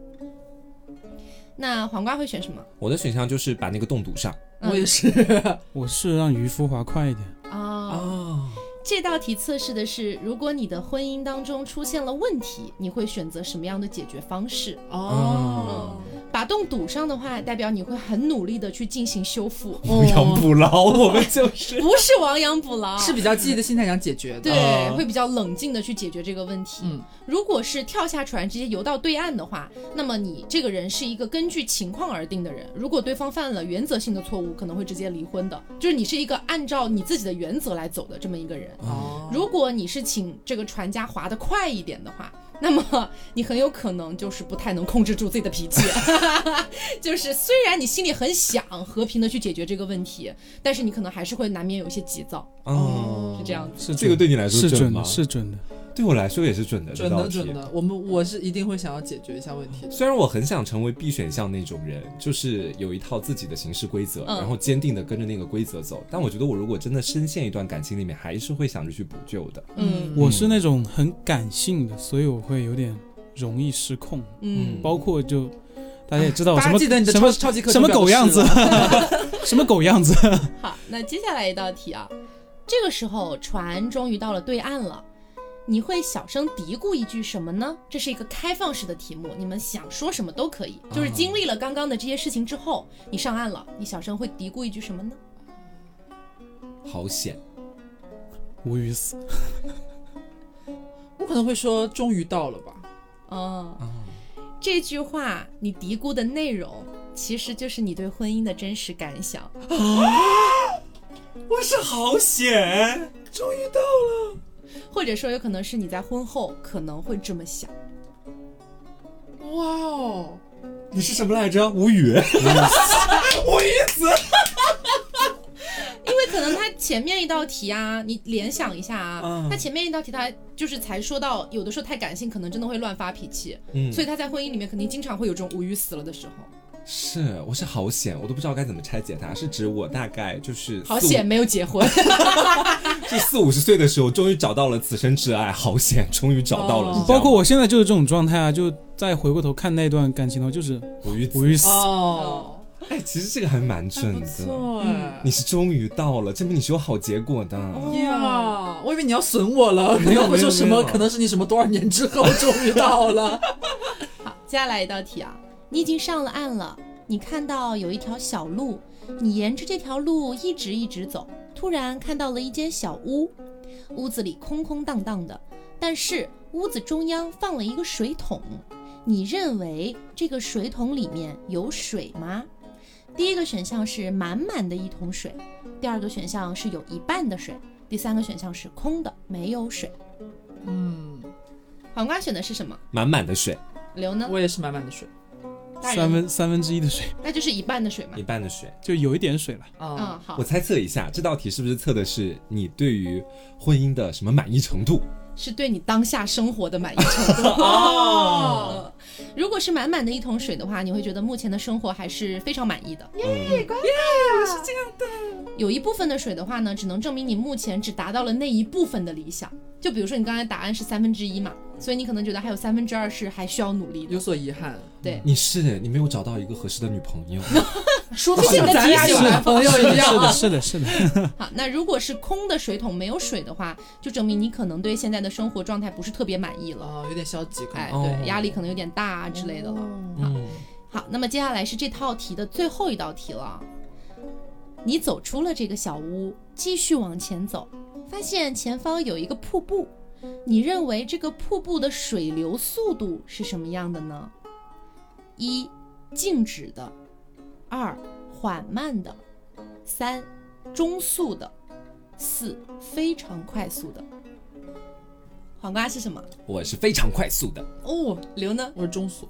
Speaker 1: 那黄瓜会选什么？
Speaker 2: 我的选项就是把那个洞堵上
Speaker 3: 我也是，
Speaker 4: 我是让渔夫划快一点。
Speaker 1: 啊
Speaker 2: 啊。
Speaker 1: 这道题测试的是，如果你的婚姻当中出现了问题，你会选择什么样的解决方式？
Speaker 2: 哦 *laughs*
Speaker 1: 把洞堵上的话，代表你会很努力的去进行修复，
Speaker 2: 亡
Speaker 3: 哦
Speaker 2: 羊补牢，我们就是
Speaker 1: 不是亡羊补
Speaker 3: *laughs*
Speaker 1: 牢，
Speaker 3: 是比较积极的心态想解决的。
Speaker 1: 对，会比较冷静的去解决这个问题。
Speaker 3: 嗯，
Speaker 1: 如果是跳下船直接游到对岸的话，那么你这个人是一个根据情况而定的人。如果对方犯了原则性的错误，可能会直接离婚的，就是你是一个按照你自己的原则来走的这么一个人。
Speaker 2: 嗯
Speaker 3: 哦，
Speaker 1: 如果你是请这个船家划得快一点的话，那么你很有可能就是不太能控制住自己的
Speaker 3: *laughs*
Speaker 1: 脾气。就是虽然你心里很想和平的去解决这个问题，但是你可能还是会难免有一些急躁，
Speaker 2: 哦
Speaker 1: *laughs* 是这样子。
Speaker 4: 是
Speaker 2: 这个对你来说
Speaker 4: 是
Speaker 2: 准
Speaker 4: 准
Speaker 2: 吗
Speaker 4: 的，是准的。
Speaker 2: 对我来说也是准的，
Speaker 3: 准
Speaker 2: 这道
Speaker 3: 的
Speaker 2: 题
Speaker 3: 准的，我们我是一定会想要解决一下问题的。
Speaker 2: 虽然我很想成为 B 选项那种人，就是有一套自己的行事规则，
Speaker 1: 嗯
Speaker 2: 然后坚定的跟着那个规则走，但我觉得我如果真的深陷一段感情里面，还是会想着去补救的。
Speaker 1: 嗯
Speaker 4: 我是那种很感性的，所以我会有点容易失控，
Speaker 1: 嗯
Speaker 4: 包括就大家也知道我什
Speaker 3: 大
Speaker 4: 么
Speaker 3: 家记得你的
Speaker 4: 什
Speaker 3: 超
Speaker 4: 么
Speaker 3: 超级课
Speaker 4: 什么
Speaker 3: 程表
Speaker 4: 狗
Speaker 3: 示
Speaker 4: 样子
Speaker 3: 了
Speaker 4: *laughs* 什么狗样子。
Speaker 1: 好，那接下来一道题啊，这个时候船终于到了对岸了，你会小声嘀咕一句什么呢？这是一个开放式的题目，你们想说什么都可以。就是经历了刚刚的这些事情之后，你上岸了，你小声会嘀咕一句什么呢？
Speaker 2: 好险！
Speaker 4: 无语死，
Speaker 3: 我可能会说终于到了吧。
Speaker 1: 哦，这句话你嘀咕的内容。其实就是你对婚姻的真实感想，
Speaker 2: 我是好险！
Speaker 1: 或者说有可能是你在婚后可能会这么想。
Speaker 3: 哇哦，
Speaker 2: 你是什么来着？无语。无语死！
Speaker 1: 因为可能他前面一道题啊，你联想一下啊
Speaker 2: 嗯，
Speaker 1: 他前面一道题他就是才说到，有的时候太感性，可能真的会乱发脾气，
Speaker 2: 嗯，
Speaker 1: 所以他在婚姻里面肯定经常会有这种无语死了的时候。
Speaker 2: 是我是好险，我都不知道该怎么拆解它。是指我大概就是
Speaker 1: 好
Speaker 2: 四五 *laughs*
Speaker 1: 险，没有结婚，
Speaker 2: 就四五十岁的时候，终于找到了此生挚爱，好险，终于找到了。是
Speaker 3: 哦
Speaker 2: 这样吗
Speaker 4: 包括我现在就是这种状态啊，就再回过头看那段感情的话，就是
Speaker 2: 无语
Speaker 4: 无
Speaker 2: 死。
Speaker 4: 语死。
Speaker 1: *laughs*
Speaker 3: 哦，
Speaker 2: 哎，其实这个还蛮
Speaker 3: 还
Speaker 2: 准
Speaker 4: 嗯
Speaker 3: 不
Speaker 2: 的。
Speaker 3: 错
Speaker 1: 哎
Speaker 2: 你是终于到了，证明你是有好结果的。
Speaker 1: 哦
Speaker 3: 呀，嗯我以为你要损我了，
Speaker 2: 没有
Speaker 3: *laughs* 我会说什
Speaker 2: 没有
Speaker 3: 么？
Speaker 2: 没有
Speaker 3: 可能是你什么多少年之后终于
Speaker 1: *laughs*
Speaker 3: 到了。
Speaker 1: 好，接下来一道题啊，你已经上了岸了，你看到有一条小路，你沿着这条路一直一直走，突然看到了一间小屋，屋子里空空荡荡的，但是屋子中央放了一个水桶，你认为这个水桶里面有水吗？第一个选项是满满的一桶水，第二个选项是有一半的水，第三个选项是空的，没有水。
Speaker 3: 嗯，
Speaker 1: 黄瓜选的是什么？
Speaker 2: 满满的水，
Speaker 1: 刘呢？
Speaker 3: 我也是满满的水
Speaker 1: 大
Speaker 4: 三
Speaker 1: 人呢，
Speaker 4: 分三分之一的水， *laughs*
Speaker 1: 那就是一半的水嘛
Speaker 2: 一。半的水。
Speaker 4: 就有一点水了。
Speaker 3: 啊。
Speaker 1: 嗯，好
Speaker 2: 哦我，猜测一下，这道题是不是测的是你对于婚姻的什么满意程度？
Speaker 1: 是对你当下生活的满意程度。
Speaker 2: *laughs* 哦
Speaker 1: 嗯，如果是满满的一桶水的话，你会觉得目前的生活还是非常满意的。
Speaker 2: 嗯，
Speaker 1: 有一部分的水的话呢，只能证明你目前只达到了那一部分的理想。就比如说你刚才答案是三分之一嘛，所以你可能觉得还有三分之二是还需要努力的
Speaker 3: 有。所遗憾，
Speaker 1: 对，
Speaker 2: 嗯你是你没有找到一个合适的女朋友，嗯
Speaker 3: 说
Speaker 1: 的像咱俩有
Speaker 4: 男
Speaker 3: 朋
Speaker 4: 是的，是的，
Speaker 2: 啊
Speaker 4: 是的， *laughs* 是的，
Speaker 1: *laughs* 好，那如果是空的水桶没有水的话，就证明你可能对现在的生活状态不是特别满意了。
Speaker 3: *laughs* 啊，有点消极，可
Speaker 1: 哎，
Speaker 3: 能哦
Speaker 2: 哦
Speaker 1: 对，压力可能有点大啊之类的了。
Speaker 2: 嗯，
Speaker 1: 好，那么接下来是这套题的最后一道题了。你走出了这个小屋，继续往前走，发现前方有一个瀑布。你认为这个瀑布的水流速度是什么样的呢？一，静止的；二，缓慢的；三，中速的；四，非常快速的。黄瓜是什么？
Speaker 2: 我是非常快速的，
Speaker 1: 哦，刘呢？
Speaker 3: 我是中速，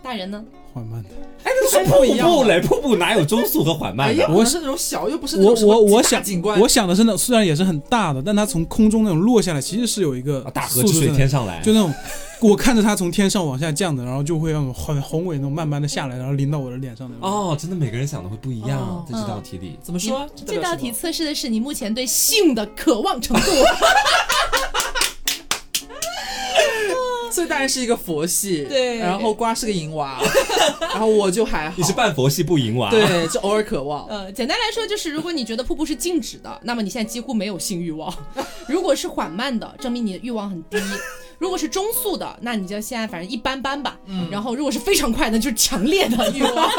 Speaker 1: 大人呢？
Speaker 4: 缓慢的。
Speaker 3: 哎，那
Speaker 2: 是
Speaker 3: 是
Speaker 2: 瀑
Speaker 3: 不一样
Speaker 4: 啊
Speaker 2: 布
Speaker 3: 的。
Speaker 2: 嘞，瀑布哪有中速和缓
Speaker 3: 哎
Speaker 2: 慢
Speaker 3: 呀，
Speaker 2: 的？
Speaker 3: 我是那种小，又不是那
Speaker 4: 我
Speaker 3: 种什么
Speaker 4: 我我
Speaker 3: 大
Speaker 4: 想
Speaker 3: 景观，
Speaker 4: 我想的是那种虽然也是很大的，但它从空中那种落下来，其实是有一个
Speaker 2: 啊大河
Speaker 4: 速度
Speaker 2: 之水
Speaker 4: 在
Speaker 2: 天上来，
Speaker 4: 就那种，我看着它从天上往下降的，然后就会那种很宏伟那种慢慢的下来，然后淋到我的脸上的。，
Speaker 2: 哦，真的每个人想的会不一样
Speaker 3: 哦，
Speaker 1: 嗯
Speaker 2: 在这道题里。
Speaker 3: 怎么说
Speaker 1: 你这道题
Speaker 3: 代表什
Speaker 1: 测试的是你目前对性的渴望程 *laughs* 度。
Speaker 3: 么 *laughs* 所以大人是一个佛系，
Speaker 1: 对
Speaker 3: 然后瓜是个银娃， *laughs* 然后我就还好，
Speaker 2: 你是半佛系不淫娃，
Speaker 3: 对，就偶尔渴望，
Speaker 1: 呃，简单来说就是，如果你觉得瀑布是静止的，那么你现在几乎没有性欲望； *laughs* 如果是缓慢的，证明你的欲望很低；如果是中速的，那你就现在反正一般般吧。嗯。然后如果是非常快的，就是强烈 *laughs* 的欲望。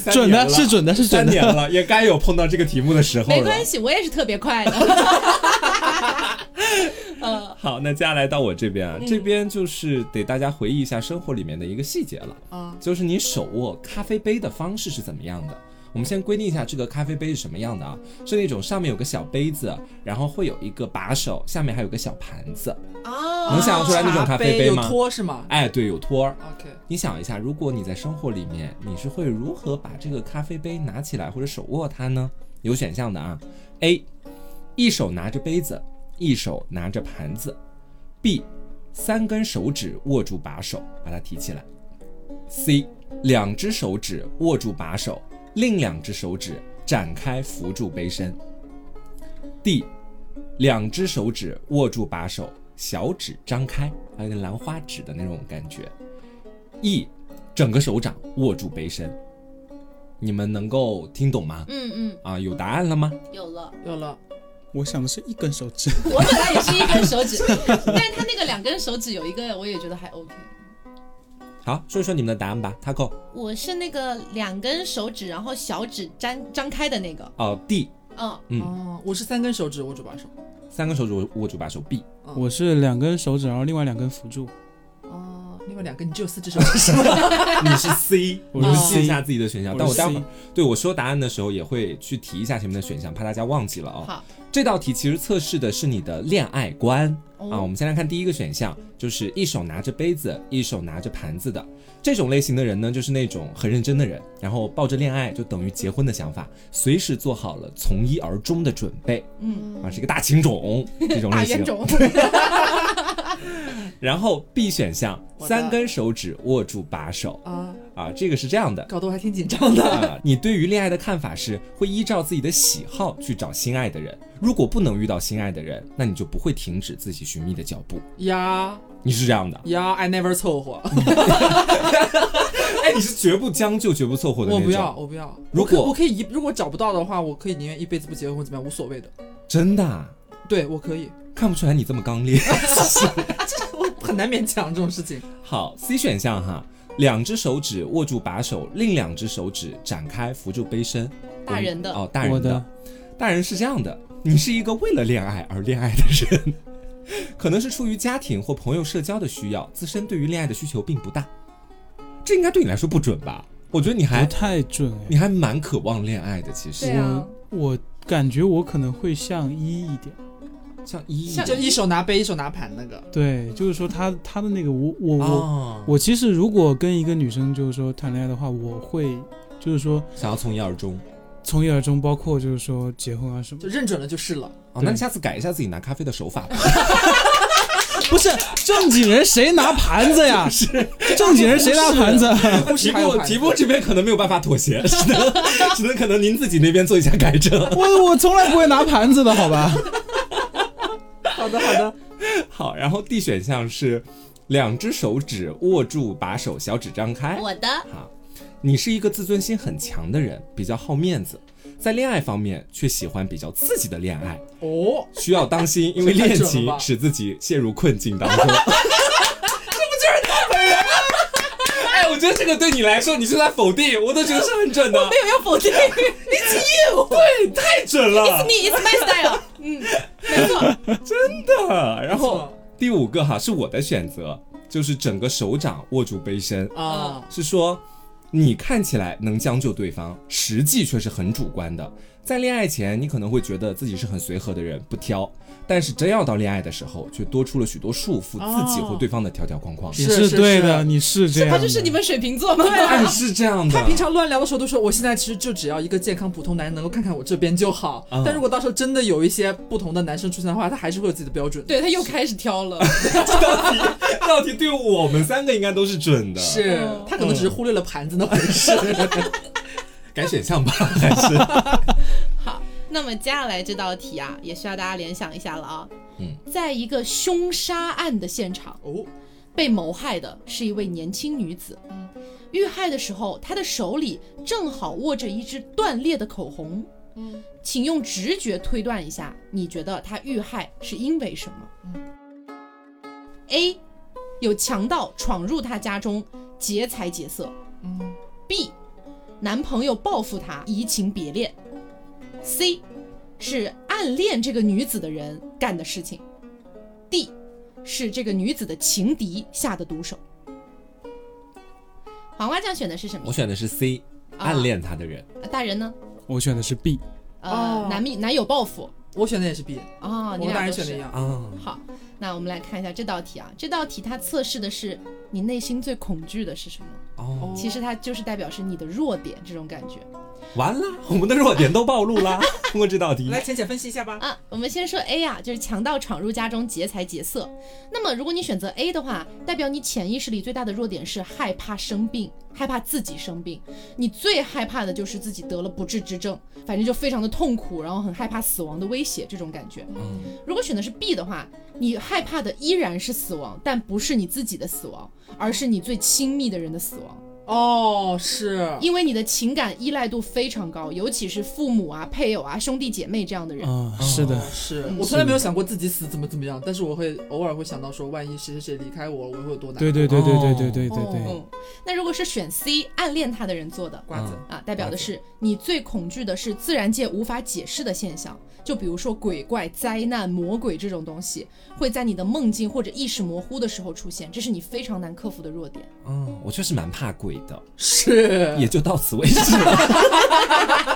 Speaker 2: 三
Speaker 4: 准
Speaker 2: 年
Speaker 4: 的
Speaker 2: 了
Speaker 4: 是准的是
Speaker 2: 三
Speaker 4: 准的
Speaker 2: 年了，也该有碰到这个题目的时候
Speaker 1: 没
Speaker 2: 了
Speaker 1: 关。系，我也是特别快 *laughs* 的。
Speaker 2: 好，那接下来到我这边啊，
Speaker 1: 嗯
Speaker 2: 这边就是得大家回忆一下生活里面的一个细节了。
Speaker 3: 啊，
Speaker 2: 就是你手握咖啡杯的方式是怎么样的。我们先规定一下这个咖啡杯是什么样的啊？是那种上面有个小杯子，然后会有一个把手，下面还有个小盘子。
Speaker 1: 啊
Speaker 2: 能想象出来那种咖啡杯
Speaker 3: 有
Speaker 2: 吗
Speaker 3: 托是吗
Speaker 2: 哎，对，有托儿。
Speaker 3: ？OK，
Speaker 2: 你想一下，如果你在生活里面，你是会如何把这个咖啡杯拿起来或者手握它呢？有选项的啊，A，一手拿着杯子，一手拿着盘子；B，三根手指握住把手，把它提起来；C，两只手指握住把手，另两只手指展开扶住杯身；D，两只手指握住把手，小指张开，还有点兰花指的那种感觉。一整个手掌握住杯身。你们能够听懂吗？
Speaker 1: 嗯嗯，
Speaker 2: 啊，有答案了吗？
Speaker 1: 有了。
Speaker 3: 有了，
Speaker 4: *laughs* 我想的是一根手指，
Speaker 1: 我本来也是一根手指，但是他那个两根手指有一个，我也觉得还 OK。
Speaker 2: 好，说一说你们的答案吧。Taco，
Speaker 1: 我是那个两根手指，然后小指张张开的那个。
Speaker 2: 哦，D，
Speaker 1: 嗯，
Speaker 2: 嗯
Speaker 3: 哦，我是三根手指握住把手，
Speaker 2: 三个手指握住把手，B，
Speaker 4: 我是两根手指，然后另外两根辅助。
Speaker 3: 哦，另外两根你只有四只手指是吗？
Speaker 2: *laughs* 你是啊 C，
Speaker 4: 我
Speaker 2: 你
Speaker 4: 是
Speaker 2: 们
Speaker 4: C
Speaker 2: 记一下自己的选项。但我
Speaker 4: 是
Speaker 2: 待会
Speaker 4: C，
Speaker 2: 儿对我说答案的时候也会去提一下前面的选项，怕大家忘记了哦。
Speaker 1: 好。
Speaker 2: 这道题其实测试的是你的恋爱观、
Speaker 1: 哦
Speaker 2: 啊。我们先来看第一个选项，就是一手拿着杯子，一手拿着盘子的这种类型的人呢，就是那种很认真的人，然后抱着恋爱就等于结婚的想法，随时做好了从一而终的准备
Speaker 1: 嗯，
Speaker 2: 啊，是一个大
Speaker 1: *laughs*
Speaker 2: 情种这种
Speaker 1: 大
Speaker 2: 类
Speaker 1: 冤
Speaker 2: 型。
Speaker 1: 种。
Speaker 2: 然后 B 选项，
Speaker 3: 我的
Speaker 2: 三根手指握住把手
Speaker 3: 啊，
Speaker 2: 啊，这个是这样的。
Speaker 3: 搞得我还挺紧张
Speaker 2: *laughs*
Speaker 3: 的。
Speaker 2: 啊，你对于恋爱的看法是会依照自己的喜好去找心爱的人，如果不能遇到心爱的人，那你就不会停止自己寻觅的脚步。
Speaker 3: 呀，
Speaker 2: 你是这样的
Speaker 3: 呀，I never 凑合，
Speaker 2: *laughs* 哎，你是绝不将就、绝不凑合的那
Speaker 3: 我
Speaker 2: 种。
Speaker 3: 不要，，我不要。
Speaker 2: 如
Speaker 3: 我可以
Speaker 2: 果
Speaker 3: 我可以一，如果找不到的话，我可以宁愿一辈子不结婚，怎么样，无所谓的。
Speaker 2: 真的啊、
Speaker 3: 对我可以，
Speaker 2: 看不出来你这么刚烈。 *laughs*
Speaker 3: 我很难勉强这种事情。
Speaker 2: 好，C 选项哈，两只手指握住把手，另两只手指展开扶住杯身。
Speaker 1: 大人的
Speaker 2: 哦，大人
Speaker 4: 我
Speaker 2: 的，大人是这样的，你是一个为了恋爱而恋爱的人， *laughs* 可能是出于家庭或朋友社交的需要，自身对于恋爱的需求并不大，这应该对你来说不准吧？我觉得你
Speaker 4: 不
Speaker 2: 还
Speaker 4: 太准哎哎
Speaker 2: 你还蛮渴望恋爱的，其实
Speaker 1: 对啊
Speaker 4: 我感觉我可能会像一一点。
Speaker 2: 像一
Speaker 1: 像
Speaker 3: 就一手拿杯，一手拿盘那个。
Speaker 4: 对，就是说他他的那个我我我、
Speaker 2: 哦，
Speaker 4: 我其实如果跟一个女生就是说谈恋爱的话，我会就是说
Speaker 2: 想要从一而终
Speaker 4: 从一而终，包括就是说结婚啊什么
Speaker 3: 就。认准了就是 *laughs* 了，
Speaker 2: 哦，
Speaker 4: 对
Speaker 2: 那你下次改一下自己拿咖啡的手法 *laughs* 吧。
Speaker 4: 不是正经人谁拿盘子呀？是正经人谁拿盘子？
Speaker 3: 护
Speaker 2: 题
Speaker 3: 士还有
Speaker 2: 目
Speaker 3: 盘
Speaker 2: 题目这边可能没有办法妥协，只能 *laughs* 只能可能您自己那边做一下改正。 *laughs*
Speaker 4: 我我从来不会拿盘子的好吧？
Speaker 3: 好的好的，
Speaker 2: 好，然后 D 选项是两只手指握住把手，小指张开。
Speaker 1: 我的
Speaker 2: 好，你是一个自尊心很强的人，比较好面子，在恋爱方面却喜欢比较刺激的恋爱，
Speaker 3: 哦，
Speaker 2: 需要当心，因为恋
Speaker 3: 这太准
Speaker 2: 情
Speaker 3: 了吧
Speaker 2: 使自己陷入困境当 *laughs* 中。这不就是他本人吗？哎，我觉得这个对你来说，你是在否定，我都觉得是很准的，
Speaker 1: 没有要否定 *laughs* ，It's you，
Speaker 2: 对，太准了，
Speaker 1: 你 It's my style，嗯，没错，
Speaker 2: 真的。 *laughs* 然
Speaker 3: 没
Speaker 2: 后
Speaker 3: 错
Speaker 2: 第五个哈是我的选择，就是整个手掌握住杯身，
Speaker 3: 啊，
Speaker 2: 是说你看起来能将就对方，实际却是很主观的。在恋爱前，你可能会觉得自己是很随和的人，不挑，但是真要到恋爱的时候，却多出了许多束缚
Speaker 3: 哦
Speaker 2: 自己或对方的条条框框。
Speaker 4: 你
Speaker 3: 是是
Speaker 4: 对
Speaker 3: 是
Speaker 4: 的，你是这样
Speaker 1: 他
Speaker 4: 的。
Speaker 1: 就是你们水瓶座吗？
Speaker 2: 但啊是这样
Speaker 3: 他
Speaker 2: 的，*laughs*
Speaker 3: 平常乱聊的时候都说，我现在其实就只要一个健康普通男人能够看看我这边就好
Speaker 2: 嗯。
Speaker 3: 但如果到时候真的有一些不同的男生出现的话，他还是会有自己的标
Speaker 1: *laughs*
Speaker 3: 准。，
Speaker 1: 对他又开始挑了， *laughs*
Speaker 2: 道题道题对我们三个应该都是准的，
Speaker 3: 是
Speaker 1: 嗯
Speaker 3: 他可能只是忽略了盘子那回事。
Speaker 2: 改选项吧，还是
Speaker 1: 好，那么接下来这道题啊，也需要大家联想一下了啊。
Speaker 2: 嗯，
Speaker 1: 在一个凶杀案的现场，
Speaker 3: 哦，
Speaker 1: 被谋害的是一位年轻女子。遇害的时候，她的手里正好握着一支断裂的口红。请用直觉推断一下，你觉得她遇害是因为什么、a 有强盗闯入她家中劫财劫色。
Speaker 3: 嗯
Speaker 1: B，男朋友报复她，移情别恋。C，是暗恋这个女子的人干的事情。D，是这个女子的情敌下的毒手。黄瓜酱选的是什么
Speaker 2: 我？选的是 C，
Speaker 1: 啊
Speaker 2: 暗恋他的人。
Speaker 1: 呃大人呢？
Speaker 4: 我选的是 B，
Speaker 1: 呃，
Speaker 3: 哦
Speaker 1: 男密男友报复
Speaker 3: 我选的也是 B，
Speaker 1: 啊、
Speaker 3: 我
Speaker 1: 你
Speaker 3: 跟大
Speaker 1: 俩
Speaker 3: 人
Speaker 1: 都
Speaker 3: 选的一
Speaker 1: 是。
Speaker 3: 样。
Speaker 2: 啊，
Speaker 1: 好，那我们来看一下这道题啊。这道题它测试的是你内心最恐惧的是什么？
Speaker 2: 哦，
Speaker 1: 其实它就是代表是你的弱点这种感觉。
Speaker 2: 完了，我们的弱点都暴露啦。通过这道题，
Speaker 3: 来，浅浅分析一下吧。
Speaker 1: 啊，我们先说 A 啊，就是强盗闯入家中劫财劫色。那么如果你选择 A 的话，代表你潜意识里最大的弱点是害怕生病，害怕自己生病。你最害怕的就是自己得了不治之症，反正就非常的痛苦，然后很害怕死亡的威胁这种感觉。
Speaker 2: 嗯，
Speaker 1: 如果选的是 B 的话，你害怕的依然是死亡，但不是你自己的死亡，而是你最亲密的人的死亡。
Speaker 3: 哦，是，
Speaker 1: 因为你的情感依赖度非常高，尤其是父母啊、配偶啊、兄弟姐妹这样的人。
Speaker 4: 嗯，是的
Speaker 3: 哦，是
Speaker 1: 嗯
Speaker 3: 我从来没有想过自己死怎么怎么样，但是我会偶尔会想到说，万一谁谁谁离开我，我会有多难。
Speaker 4: 对对对对对对对对对，
Speaker 1: 哦，那如果是选 C 暗恋他的人做的
Speaker 3: 瓜子
Speaker 2: 嗯
Speaker 1: 啊，代表的是你最恐惧的是自然界无法解释的现象，就比如说鬼怪、灾难、魔鬼这种东西，会在你的梦境或者意识模糊的时候出现，这是你非常难克服的弱点。
Speaker 2: 嗯，我确实蛮怕鬼的，
Speaker 3: 是
Speaker 2: 也就到此为止了。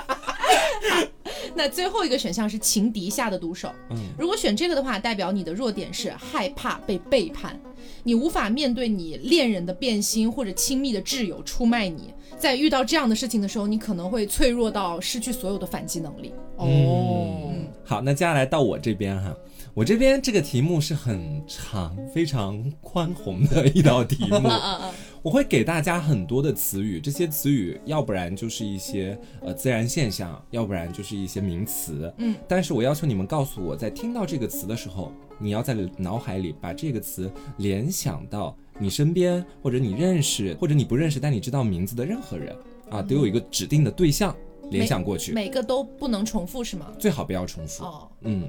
Speaker 1: 那最后一个选项是情敌下的毒手，
Speaker 2: 嗯
Speaker 1: 如果选这个的话，代表你的弱点是害怕被背叛，你无法面对你恋人的变心或者亲密的挚友出卖你。在遇到这样的事情的时候，你可能会脆弱到失去所有的反击能力。，
Speaker 3: 哦，
Speaker 2: *laughs* 好，那接下来到我这边哈，我这边这个题目是很长、非常宽宏的一道题目
Speaker 1: 嗯
Speaker 2: 我会给大家很多的词语，这些词语要不然就是一些呃自然现象，要不然就是一些名词，
Speaker 1: 嗯，
Speaker 2: 但是我要求你们告诉我，在听到这个词的时候，你要在脑海里把这个词联想到你身边或者你认识或者你不认识但你知道名字的任何人啊，得有一个指定的对象联想过去，
Speaker 1: 嗯每个都不能重复是吗？
Speaker 2: 最好不要重复。
Speaker 1: 哦，
Speaker 2: 嗯，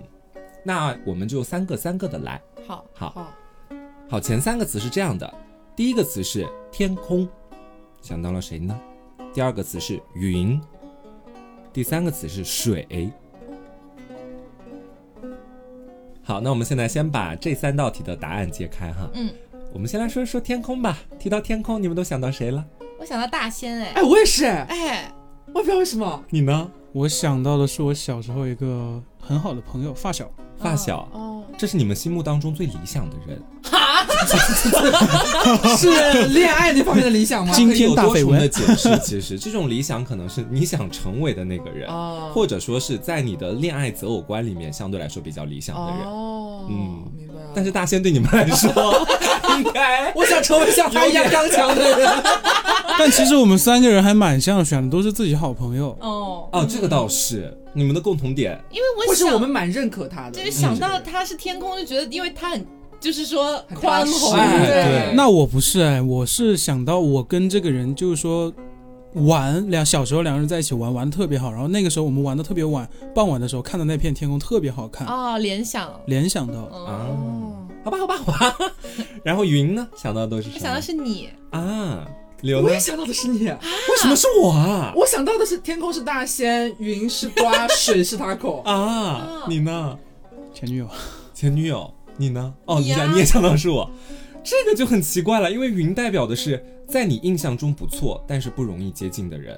Speaker 2: 那我们就三个三个的来。
Speaker 1: 好，
Speaker 2: 好
Speaker 3: 好，
Speaker 2: 好，前三个词是这样的，第一个词是天空，想到了谁呢？第二个词是云，第三个词是水。好，那我们现在先把这三道题的答案揭开哈。
Speaker 1: 嗯，
Speaker 2: 我们先来说一说天空吧。提到天空，你们都想到谁了？
Speaker 1: 我想到大仙哎，
Speaker 3: 哎，我也是，
Speaker 1: 哎，
Speaker 3: 我也不知道为什
Speaker 2: *laughs*
Speaker 3: 么，
Speaker 2: 你呢？
Speaker 4: 我想到的是我小时候一个很好的朋友，发小，
Speaker 2: 发小，
Speaker 1: 哦，
Speaker 2: 这是你们心目当中最理想的人。
Speaker 1: 哈，
Speaker 3: 是恋爱那方面的理想吗？
Speaker 4: 今天大绯闻
Speaker 2: 有多重的解释，其实这种理想可能是你想成为的那个人，
Speaker 3: *laughs* 哦，
Speaker 2: 或者说是在你的恋爱择偶观里面相对来说比较理想的人。
Speaker 3: 哦，
Speaker 2: 嗯
Speaker 3: 明白了。
Speaker 2: 但是大仙对你们来说， *laughs* 应该
Speaker 3: 我想成为像他一样刚强的人。
Speaker 1: *laughs*
Speaker 4: 但其实我们三个人还蛮像，选的都是自己好朋友。
Speaker 1: 哦，
Speaker 2: 哦，这个倒是你们的共同点。
Speaker 1: 因为我
Speaker 3: 或是
Speaker 1: 想，
Speaker 3: *laughs* 我们蛮认可他的，
Speaker 1: 就是想到他是天空，就觉得因为他很，就是说
Speaker 3: 很
Speaker 1: 宽
Speaker 3: 踏实
Speaker 1: 宏，
Speaker 2: 哎
Speaker 1: 对
Speaker 2: 对，
Speaker 4: 那我不是哎，我是想到我跟这个人就是说玩两小时候两人在一起玩玩的特别好，然后那个时候我们玩的特别晚，傍晚的时候看到那片天空特别好看，
Speaker 1: 啊，联想，
Speaker 4: 联想到
Speaker 1: 哦，
Speaker 2: 好吧，好吧，好吧。 *laughs* 然后云呢，想到的都是
Speaker 1: 我
Speaker 2: 什
Speaker 1: 想
Speaker 2: 么
Speaker 1: 到？是你，
Speaker 2: 啊，刘呢
Speaker 3: 我也？想到的是你，
Speaker 2: 为什么是我啊？
Speaker 3: 我想到的是天空是大仙，云是瓜，水是他口。
Speaker 2: *laughs* 啊，你呢？
Speaker 4: 前女友。
Speaker 2: 前女友，你呢？哦，
Speaker 1: 你
Speaker 2: 你
Speaker 1: 呀
Speaker 2: 想你也想到是我，这个就很奇怪了，因为云代表的是在你印象中不错，但是不容易接近的人。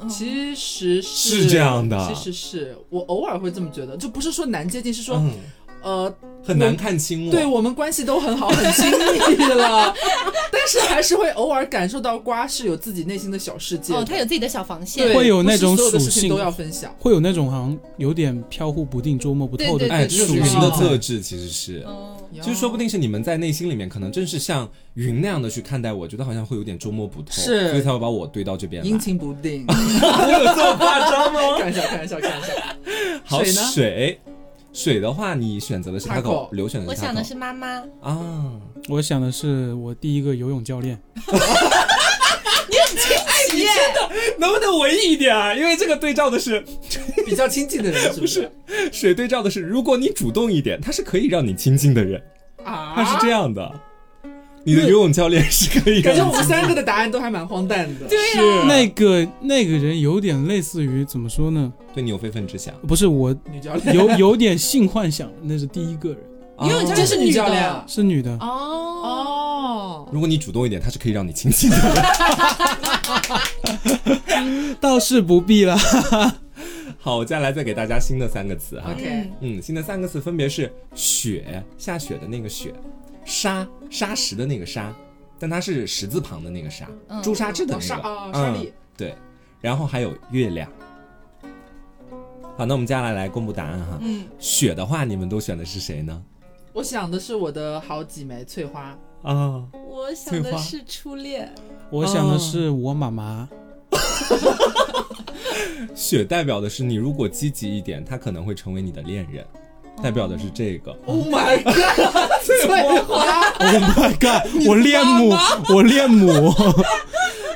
Speaker 1: 嗯
Speaker 3: 其实是
Speaker 2: 是这样的
Speaker 3: 其实是我偶尔会这么觉得，就不是说难接近，是说、
Speaker 2: 嗯，
Speaker 3: 呃，
Speaker 2: 很难看清我。
Speaker 3: 对我们关系都很好，很亲密
Speaker 2: *laughs*
Speaker 3: 了，但是还是会偶尔感受到瓜是有自己内心的小世界的。
Speaker 1: 哦，他有自己的小防线
Speaker 3: 对，，
Speaker 4: 会有那种
Speaker 3: 不是所有的
Speaker 4: 属
Speaker 3: 事情
Speaker 4: 性
Speaker 3: 都要分享。
Speaker 4: 会有那种好像有点飘忽不定、捉摸不透的
Speaker 1: 对
Speaker 2: 哎，这是
Speaker 4: 属
Speaker 2: 云
Speaker 4: 性
Speaker 2: 的
Speaker 4: 在
Speaker 2: 特质，其实是。
Speaker 1: 哦，
Speaker 2: 其实说不定是你们在内心里面，可能正是像云那样的去看待我，觉得好像会有点捉摸不透，
Speaker 3: 是
Speaker 2: 所以才会把我堆到这边来。
Speaker 3: 阴晴不
Speaker 2: *laughs*
Speaker 3: 定，
Speaker 2: 我有这么夸张吗？
Speaker 3: 开玩笑，开玩笑，开玩笑。
Speaker 2: *laughs* 好
Speaker 3: 水呢
Speaker 2: 水，水的话，你选择的是
Speaker 3: Taco
Speaker 2: 他狗，刘选
Speaker 1: 我
Speaker 2: 的是他
Speaker 1: 想
Speaker 2: 狗
Speaker 1: 的是妈妈，
Speaker 2: 啊，
Speaker 4: 我想的是我第一个游泳教练，
Speaker 1: 耶，
Speaker 2: 能不能文艺一点啊？因为这个对照的是
Speaker 3: 比较亲近的人是不是？
Speaker 2: 水对照的是，如果你主动一点，他是可以让你亲近的人，
Speaker 3: 啊，
Speaker 2: 他是这样的。你的游泳教练是可以让
Speaker 3: 感
Speaker 2: 你
Speaker 3: 觉我们三个的答案都还蛮荒诞的。
Speaker 4: 啊
Speaker 1: 对啊呀，
Speaker 2: 是
Speaker 4: 那个那个人有点类似于怎么说呢？
Speaker 2: 对你有非分之想。
Speaker 4: 不是我
Speaker 3: 女教练，
Speaker 4: 有有点性幻想，那是第一个人，
Speaker 1: 游泳教
Speaker 3: 这
Speaker 1: 练
Speaker 2: 啊
Speaker 3: 是女教练
Speaker 1: 啊
Speaker 3: 啊？
Speaker 4: 是女的，
Speaker 1: 哦，
Speaker 3: 哦，
Speaker 2: 如果你主动一点，他是可以让你亲近的人。 *laughs*
Speaker 4: 倒是不必了。
Speaker 2: 好，我接下来再给大家新的三个词哈。
Speaker 3: OK
Speaker 2: 嗯，新的三个词分别是雪，下雪的那个雪；沙，沙石的那个沙，但它是石字旁的那个沙，
Speaker 1: 嗯
Speaker 2: 朱砂痣的
Speaker 3: 哦
Speaker 2: 那
Speaker 3: 沙
Speaker 2: 个、
Speaker 3: 哦沙
Speaker 2: 嗯
Speaker 3: 粒
Speaker 2: 对，然后还有月亮。好，那我们接下来来公布答案哈。
Speaker 1: 嗯，
Speaker 2: 雪的话，你们都选的是谁呢？
Speaker 3: 我想的是我的好姐妹翠花，
Speaker 2: 啊、
Speaker 1: 我想
Speaker 2: 翠
Speaker 1: 的
Speaker 2: 花
Speaker 1: 是初恋，
Speaker 4: 我想的是我妈妈，
Speaker 2: 雪代表的是你如果积极一点，他可能会成为你的恋人，
Speaker 3: 哦
Speaker 2: 代表的是这个。
Speaker 3: Oh my *laughs* god！翠花，
Speaker 4: Oh my god！我 *laughs* 恋母，我恋母。 *laughs*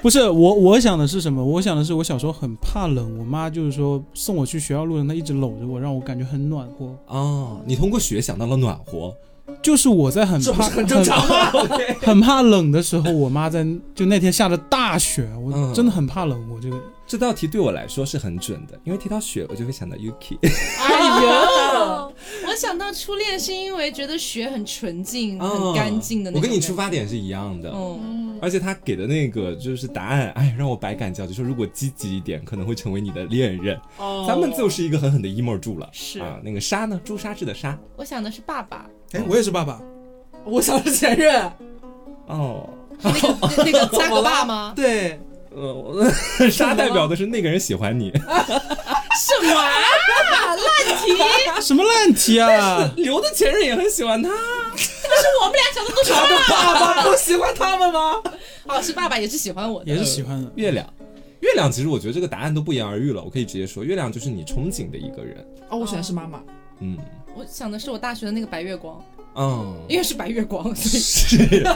Speaker 4: 不是我，我想的是什么？我想的是我小时候很怕冷，我妈就是说送我去学校路上，她一直搂着我，让我感觉很暖和。
Speaker 2: 哦，你通过雪想到了暖
Speaker 3: *laughs*
Speaker 2: 和，
Speaker 4: 就是我在很
Speaker 3: 这不
Speaker 4: 怕
Speaker 3: 是很正常吗？OK，
Speaker 4: *laughs* 很怕冷的时候，我妈在就那天下着大雪，我
Speaker 2: 嗯
Speaker 4: 真的很怕冷。我这个
Speaker 2: 这道题对我来说是很准的，因为提到雪，我就会想到 Yuki。
Speaker 3: 哎呀，
Speaker 1: 哦， *laughs* 我想到初恋是因为觉得雪很纯净、
Speaker 2: 哦
Speaker 1: 很干净的那种
Speaker 2: 我
Speaker 1: 感觉，
Speaker 2: 跟你出发点是一样的，
Speaker 1: 嗯，
Speaker 2: 而且他给的那个就是答案，哎，让我百感交集。说如果积极一点，可能会成为你的恋人。
Speaker 3: 哦
Speaker 2: 咱们就是一个狠狠的 emo 住了。
Speaker 1: 是
Speaker 2: 啊，那个沙呢？朱砂痣的沙。
Speaker 1: 我想的是爸
Speaker 2: *laughs*
Speaker 1: 爸，
Speaker 4: 哎，我也是爸爸，
Speaker 3: 我想的前任，
Speaker 2: 哦，
Speaker 1: *laughs* 那个那那个扎格爸吗？
Speaker 3: 对，
Speaker 2: 呃，我沙代表的是那个人喜
Speaker 1: *laughs*
Speaker 2: 欢你。
Speaker 1: 什么 *laughs* 啊？烂题！
Speaker 4: 什么烂题 *laughs* 啊！
Speaker 2: 刘的前任也很喜欢他。
Speaker 1: 但是我们俩想的都是
Speaker 3: 他的爸爸不喜欢他们吗？
Speaker 1: 哦，是爸爸也是喜欢我的，
Speaker 4: 也是喜欢的。
Speaker 2: 月亮，月亮，其实我觉得这个答案都不言而喻了。我可以直接说，月亮就是你憧憬的一个人。
Speaker 3: 哦，我喜欢是妈妈，
Speaker 2: 嗯
Speaker 1: 我想的是我大学的那个白月光，
Speaker 2: 嗯，
Speaker 1: 因为是白月
Speaker 2: *laughs*
Speaker 1: 光，所以
Speaker 2: 是。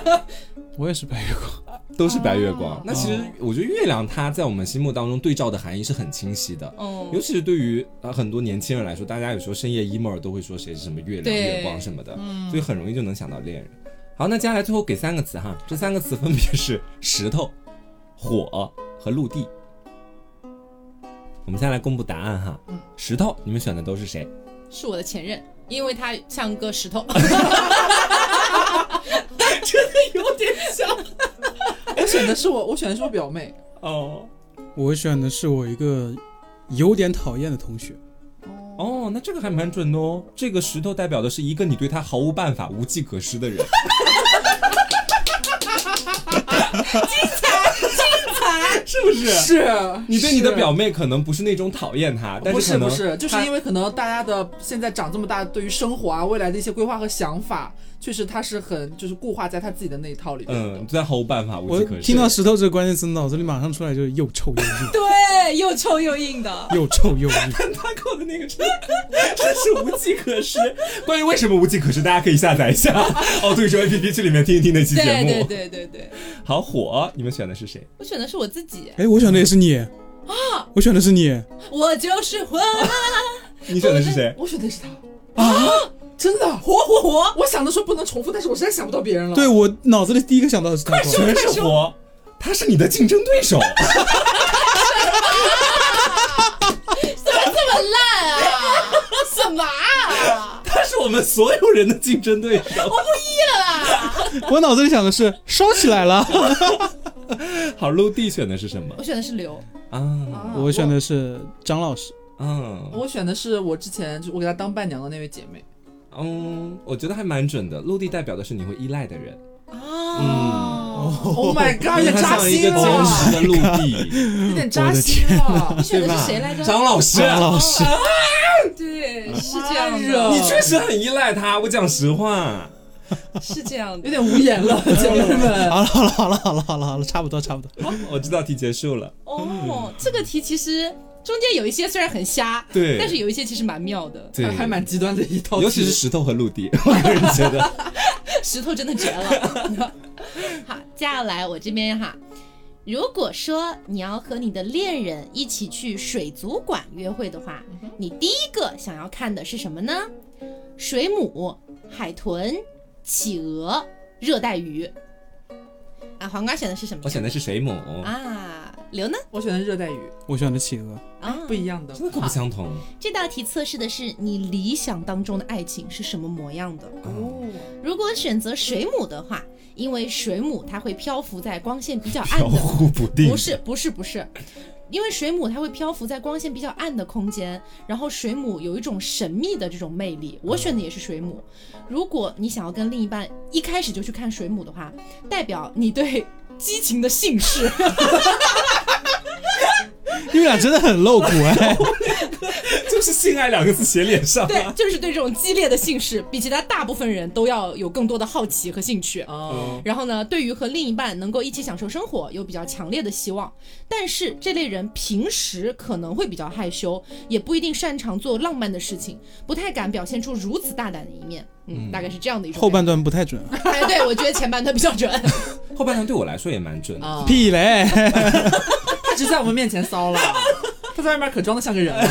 Speaker 4: 我也是白月光。
Speaker 2: 都是白月光。
Speaker 1: 啊
Speaker 2: 那其实我觉得月亮它在我们心目当中对照的含义是很清晰的，
Speaker 1: 嗯
Speaker 2: 尤，其是对于呃很多年轻人来说，大家有时候深夜 emo 都会说谁是什么月亮、
Speaker 1: 对嗯
Speaker 2: 月光什么的，所以很容易就能想到恋人。好，那接下来最后给三个词哈，这三个词分别是石头、火和陆地。我们先来公布答案哈，
Speaker 1: 嗯
Speaker 2: 石头，你们选的都是谁？
Speaker 1: 是我的前任，因为他像个石
Speaker 2: *laughs*
Speaker 1: 头。
Speaker 3: 我选的是我，我选的是我表妹，
Speaker 2: 哦，
Speaker 4: 我选的是我一个有点讨厌的同学，
Speaker 2: 哦，那这个还蛮准的哦。这个石头代表的是一个你对他毫无办法、无计可施的人。精彩，精彩，是啊不是？
Speaker 3: 是
Speaker 2: 你对你的
Speaker 3: 是
Speaker 2: 表妹可能不是那种讨厌她，但
Speaker 3: 不
Speaker 2: 可
Speaker 3: 是
Speaker 2: 能
Speaker 3: 不是，就是
Speaker 2: 她
Speaker 3: 因为可能大家的现在长这么大，对于生活啊、未来的一些规划和想法，确实他是很就是固化在他自己的那一套里面的。
Speaker 2: 嗯，对他毫无办法、无
Speaker 4: 我
Speaker 2: 计可施。
Speaker 4: 听到石头这个关键词，脑子里马上出来就是又臭又硬，
Speaker 5: 对，又臭又硬
Speaker 2: *laughs*
Speaker 5: 的。
Speaker 4: 又臭又硬。
Speaker 2: 他扣的那个真真是无计可施。关于为什么无计可施，大家可以下载一 *laughs* 下哦，对说 APP 去里面听一听那期节
Speaker 5: 对
Speaker 2: 目。
Speaker 5: 对对对对，
Speaker 2: 好火！你们选的是谁？
Speaker 5: 我选的是我自己，
Speaker 4: 哎，我选的也是你啊，我选的是你，
Speaker 5: 我就是活
Speaker 2: 你选的是谁？
Speaker 3: 我选的是他啊， *gasps* 真的火！
Speaker 5: 活活活，
Speaker 3: 我想的说不能重复，但是我实在想不到别人了。
Speaker 4: 对，我脑子里第一个想到的是他。
Speaker 2: 全是火，他是你的竞争对手。
Speaker 1: 怎么 *laughs* 这么烂啊？什么啊？
Speaker 2: 他是我们所有人的竞争对 *laughs* 手。
Speaker 4: 我脑子里想的是烧起来了。
Speaker 2: 好，陆地选的是什么
Speaker 1: 我选的是刘，
Speaker 2: 啊？
Speaker 3: 啊，
Speaker 4: 我选的是张老师，
Speaker 2: 嗯
Speaker 3: 我我选的是我之前就我给她当伴娘的那位姐妹。
Speaker 2: 哦嗯，我觉得还蛮准的。陆地代表的是你会依赖的人，
Speaker 1: 嗯哦，
Speaker 3: Oh my god，有点
Speaker 2: 他
Speaker 3: 扎
Speaker 2: 像一个
Speaker 3: 心
Speaker 2: 坚
Speaker 3: 了，
Speaker 2: 实的陆地，
Speaker 3: 有点扎心了
Speaker 1: 你。嗯选的
Speaker 2: 对吧
Speaker 1: 是谁来着？
Speaker 2: *laughs* 张老师。啊
Speaker 4: 张老师，
Speaker 5: 对，是这样
Speaker 1: 哦
Speaker 3: 妈
Speaker 5: 的，
Speaker 2: 你
Speaker 3: 呀
Speaker 2: 确实很依赖他，我讲实话。
Speaker 5: 是这样
Speaker 3: 有
Speaker 5: 的。
Speaker 3: 点无言了，姐妹们。
Speaker 2: 啊
Speaker 4: 好了好了好了好了好了好了，差不多差不多。
Speaker 2: 哦我这道题结束了。
Speaker 1: 哦，这个题其实中间有一些虽然很瞎，
Speaker 2: 对
Speaker 1: 但是有一些其实蛮妙的。
Speaker 2: 对，
Speaker 3: 还还蛮极端的一套题，
Speaker 2: 尤其是石头和陆地，我个人觉
Speaker 1: *laughs*
Speaker 2: 得，
Speaker 1: 石头真的绝了。 *laughs* 好，接下来我这边哈，如果说你要和你的恋人一起去水族馆约会的话，你第一个想要看的是什么呢？水母、海豚、企鹅、热带鱼。啊，黄瓜选的是什么呀？
Speaker 2: 我选的是水母，
Speaker 1: 啊，刘呢？
Speaker 3: 我选的热带鱼，
Speaker 4: 我选的企鹅，
Speaker 1: 啊，
Speaker 3: 不一样的。
Speaker 2: 真的各不相同。
Speaker 1: 这道题测试的是你理想当中的爱情是什么模样的。
Speaker 3: 哦，
Speaker 1: 如果选择水母的话，因为水母它会漂浮在光线比较暗
Speaker 2: 飘
Speaker 1: 的
Speaker 2: 忽不定，
Speaker 1: 不是不是不是，因为水母它会漂浮在光线比较暗的空间，然后水母有一种神秘的这种魅力。我选的也是水母。如果你想要跟另一半一开始就去看水母的话，代表你对激情的信誓。
Speaker 4: 你们俩真的很露骨 *laughs* 哎。
Speaker 2: 就是性爱两个字写脸上。
Speaker 1: 对，就是对这种激烈的性事，比其他大部分人都要有更多的好奇和兴趣。
Speaker 3: 哦，
Speaker 1: 然后呢，对于和另一半能够一起享受生活有比较强烈的希望，但是这类人平时可能会比较害羞，也不一定擅长做浪漫的事情，不太敢表现出如此大胆的一面。嗯，大概是这样的一种
Speaker 4: 后半
Speaker 1: 感
Speaker 4: 段不太准，
Speaker 1: 觉。 *laughs* 哎，对，我觉得前半段比较准。
Speaker 2: 后半段对我来说也蛮准的。
Speaker 1: 哦
Speaker 3: 啊，
Speaker 4: 屁嘞！
Speaker 3: 他只在我们面前骚
Speaker 2: *laughs*
Speaker 3: 了，他在外面可装的像个人了。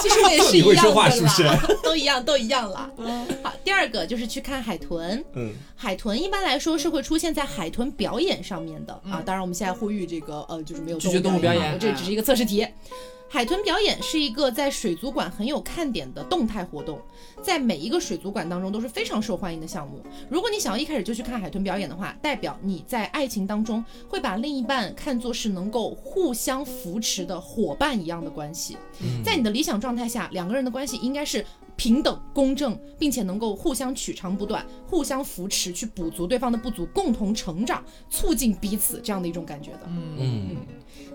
Speaker 1: 其实我也是
Speaker 2: 你
Speaker 1: 一
Speaker 2: 会
Speaker 1: 样
Speaker 2: 说
Speaker 1: 的
Speaker 2: 话
Speaker 1: 啦，
Speaker 2: 是不是
Speaker 1: 都一样，都一样啦。好，第二个就是去看海豚。
Speaker 2: 嗯，
Speaker 1: 海豚一般来说是
Speaker 3: 嗯
Speaker 1: 会出现在海豚表演上面的、啊。当然，我们现在呼吁这个呃，就是没有
Speaker 3: 拒绝
Speaker 1: 动
Speaker 3: 动物表
Speaker 1: 演
Speaker 3: 演
Speaker 1: 啊，这只是一个测试题。海豚表演是一个在水族馆很有看点的动态活动，在每一个水族馆当中都是非常受欢迎的项目。如果你想要一开始就去看海豚表演的话，代表你在爱情当中会把另一半看作是能够互相扶持的伙伴一样的关系。
Speaker 2: 嗯
Speaker 1: 在你的理想状态下，两个人的关系应该是平等、公正，并且能够互相取长补短，互相扶持，去补足对方的不足，共同成长，促进彼此这样的一种感觉的。
Speaker 2: 嗯，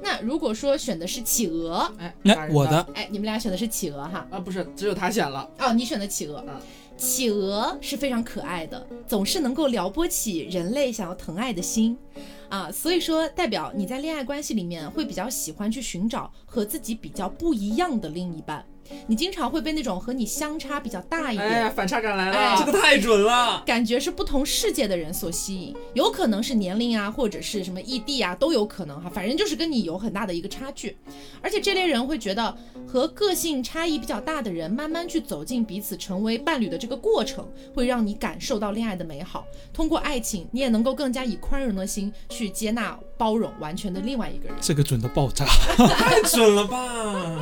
Speaker 1: 那如果说选的是企鹅，
Speaker 3: 哎，打
Speaker 4: 那
Speaker 3: 人
Speaker 4: 我的
Speaker 1: 哎，你们俩选的是企鹅哈？
Speaker 3: 啊，不是，只有他选了。
Speaker 1: 哦，你选的企鹅
Speaker 3: 嗯。
Speaker 1: 企鹅是非常可爱的，总是能够撩拨起人类想要疼爱的心，啊，所以说代表你在恋爱关系里面会比较喜欢去寻找和自己比较不一样的另一半，你经常会被那种和你相差比较大一点，
Speaker 3: 哎呀，反差感来
Speaker 1: 哎
Speaker 3: 了。
Speaker 2: 这个太准了。
Speaker 1: 感觉是不同世界的人所吸引，有可能是年龄啊，或者是什么异地啊，都有可能哈、反正就是跟你有很大的一个差距，而且这类人会觉得和个性差异比较大的人慢慢去走进彼此成为伴侣的这个过程，会让你感受到恋爱的美好。通过爱情，你也能够更加以宽容的心去接纳、包容完全的另外一个人。
Speaker 4: 这个准的爆炸。
Speaker 2: 太准了 吧？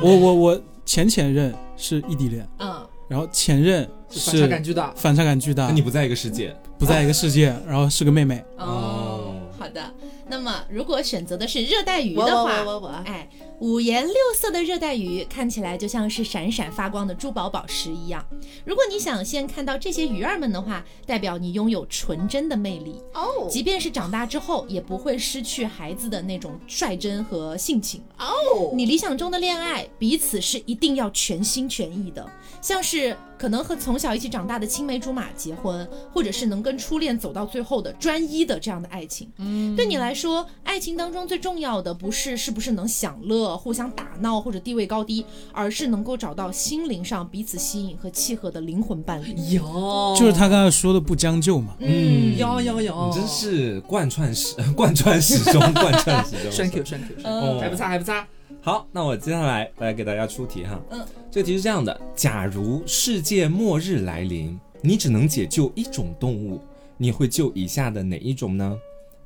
Speaker 1: *laughs*
Speaker 4: 我我我前前任是异地恋，
Speaker 1: 嗯，
Speaker 4: 然后前任
Speaker 3: 是反差
Speaker 4: 是
Speaker 3: 感巨大。
Speaker 4: 反差感巨大
Speaker 2: 跟，你不在一个世界
Speaker 4: 不在一
Speaker 1: 哦
Speaker 4: 一个世界，然后是个妹妹。
Speaker 1: 哦，好的。那么如果选择的是热带鱼
Speaker 5: 我
Speaker 1: 的
Speaker 5: 我
Speaker 1: 话，
Speaker 5: 我我啊我，
Speaker 1: 哎，五颜六色的热带鱼看起来就像是闪闪发光的珠宝宝石一样。如果你想先看到这些鱼儿们的话，代表你拥有纯真的魅力，
Speaker 5: 哦
Speaker 1: 即便是长大之后，也不会失去孩子的那种率真和性情。
Speaker 5: 哦，
Speaker 1: 你理想中的恋爱，彼此是一定要全心全意的，像是可能和从小一起长大的青梅竹马结婚，或者是能跟初恋走到最后的专一的这样的爱情。嗯，对你来说，爱情当中最重要的不是是不是能享乐、互相打闹或者地位高低，而是能够找到心灵上彼此吸引和契合的灵魂伴侣。
Speaker 3: 有
Speaker 4: 就是他刚才说的不将就嘛。
Speaker 1: 嗯
Speaker 3: 有有有，
Speaker 2: 你真是贯穿始 *laughs* 贯穿始终，贯穿始终。
Speaker 3: thank you thank you，
Speaker 2: 哦
Speaker 3: 还不差还不差，
Speaker 2: 好，那我接下来来给大家出题哈。
Speaker 5: 嗯，
Speaker 2: 这题是这样的：假如世界末日来临，你只能解救一种动物，你会救以下的哪一种呢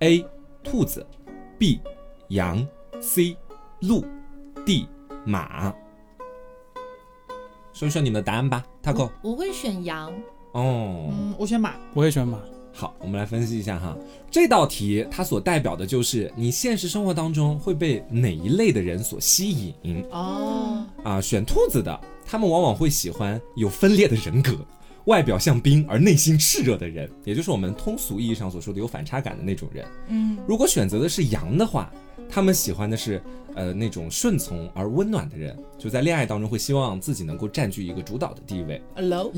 Speaker 2: ？A. 兔子，B. 羊，C. 鹿，D. 马。说一说你们的答案吧，Taco。
Speaker 1: 我会选羊，
Speaker 2: 哦，
Speaker 3: 嗯，我选马，
Speaker 4: 我也喜欢马，
Speaker 2: 好，我们来分析一下哈，这道题它所代表的就是你现实生活当中会被哪一类的人所吸引。
Speaker 3: 哦，
Speaker 2: 啊，选兔子的，他们往往会喜欢有分裂的人格。外表像冰而内心炽热的人，也就是我们通俗意义上所说的有反差感的那种人。
Speaker 1: 嗯，
Speaker 2: 如果选择的是羊的话，他们喜欢的是呃那种顺从而温暖的人，就在恋爱当中会希望自己能够占据一个主导的地位。
Speaker 3: *laughs*
Speaker 5: ，hello，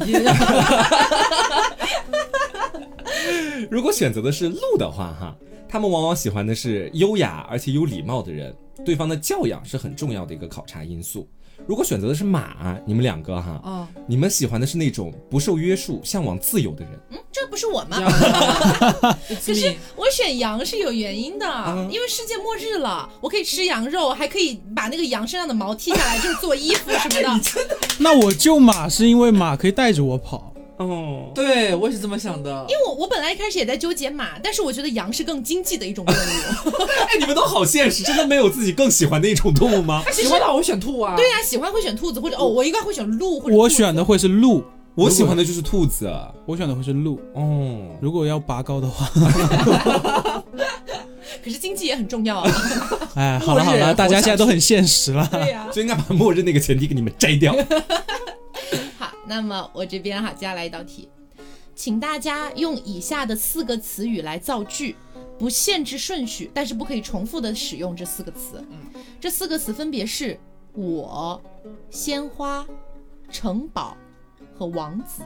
Speaker 2: 如果选择的是鹿的话，哈，他们往往喜欢的是优雅而且有礼貌的人，对方的教养是很重要的一个考察因素。如果选择的是马，你们两个哈，
Speaker 3: 哦，
Speaker 2: 你们喜欢的是那种不受约束、向往自由的人。
Speaker 1: 这不是我吗？
Speaker 3: 可
Speaker 1: 可是我选羊是有原因的，因为世界末日了，我可以吃羊肉，还可以把那个羊身上的毛剃下来，就是做衣服什么的。
Speaker 4: 那我救马是因为马可以带着我跑。
Speaker 2: 哦，
Speaker 3: 对我也是这么想的，
Speaker 1: 因为我我本来一开始也在纠结马，但是我觉得羊是更经济的一种动物。
Speaker 2: 哎，你们都好现实，真的没有自己更喜欢的一种动物 *laughs* 吗？
Speaker 3: 喜欢的话我选兔啊，
Speaker 1: 对呀、喜欢会选兔子，或者哦，我应该会选鹿或者兔
Speaker 4: 我
Speaker 1: 子
Speaker 4: 选的会是鹿，
Speaker 2: 我喜欢的就是兔子。啊
Speaker 4: 我选的会是鹿。
Speaker 2: 哦，
Speaker 4: 如果要拔高的 *laughs* 话，
Speaker 1: 可是经济也很重要啊。
Speaker 4: 哎，好了好
Speaker 3: 末日
Speaker 4: 了，大家现在都很现实了。
Speaker 1: 对呀、
Speaker 2: 就应该把末日那个前提给你们摘掉。
Speaker 1: 好，那么我这边哈，接下来一道题，请大家用以下的四个词语来造句，不限制顺序，但是不可以重复的使用这四个词。
Speaker 3: 嗯
Speaker 1: 这四个词分别是我、鲜花、城堡和王子。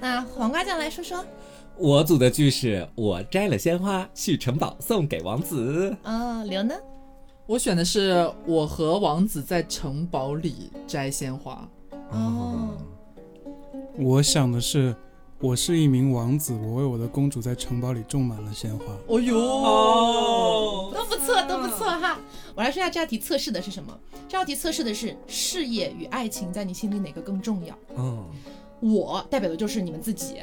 Speaker 1: 那黄瓜酱来说说，
Speaker 2: *laughs* 我组的句是：我摘了鲜花去城堡送给王子。
Speaker 1: 啊、刘呢？
Speaker 3: 我选的是我和王子在城堡里摘鲜花。
Speaker 1: 哦，
Speaker 4: 我想的是，我是一名王子，我为我的公主在城堡里种满了鲜花。
Speaker 3: 哦呦，
Speaker 2: 哦，
Speaker 1: 都不错，都不错哈。我来说一下这道题测试的是什么？这道题测试的是事业与爱情在你心里哪个更重要？
Speaker 2: 嗯，
Speaker 1: 我代表的就是你们自己，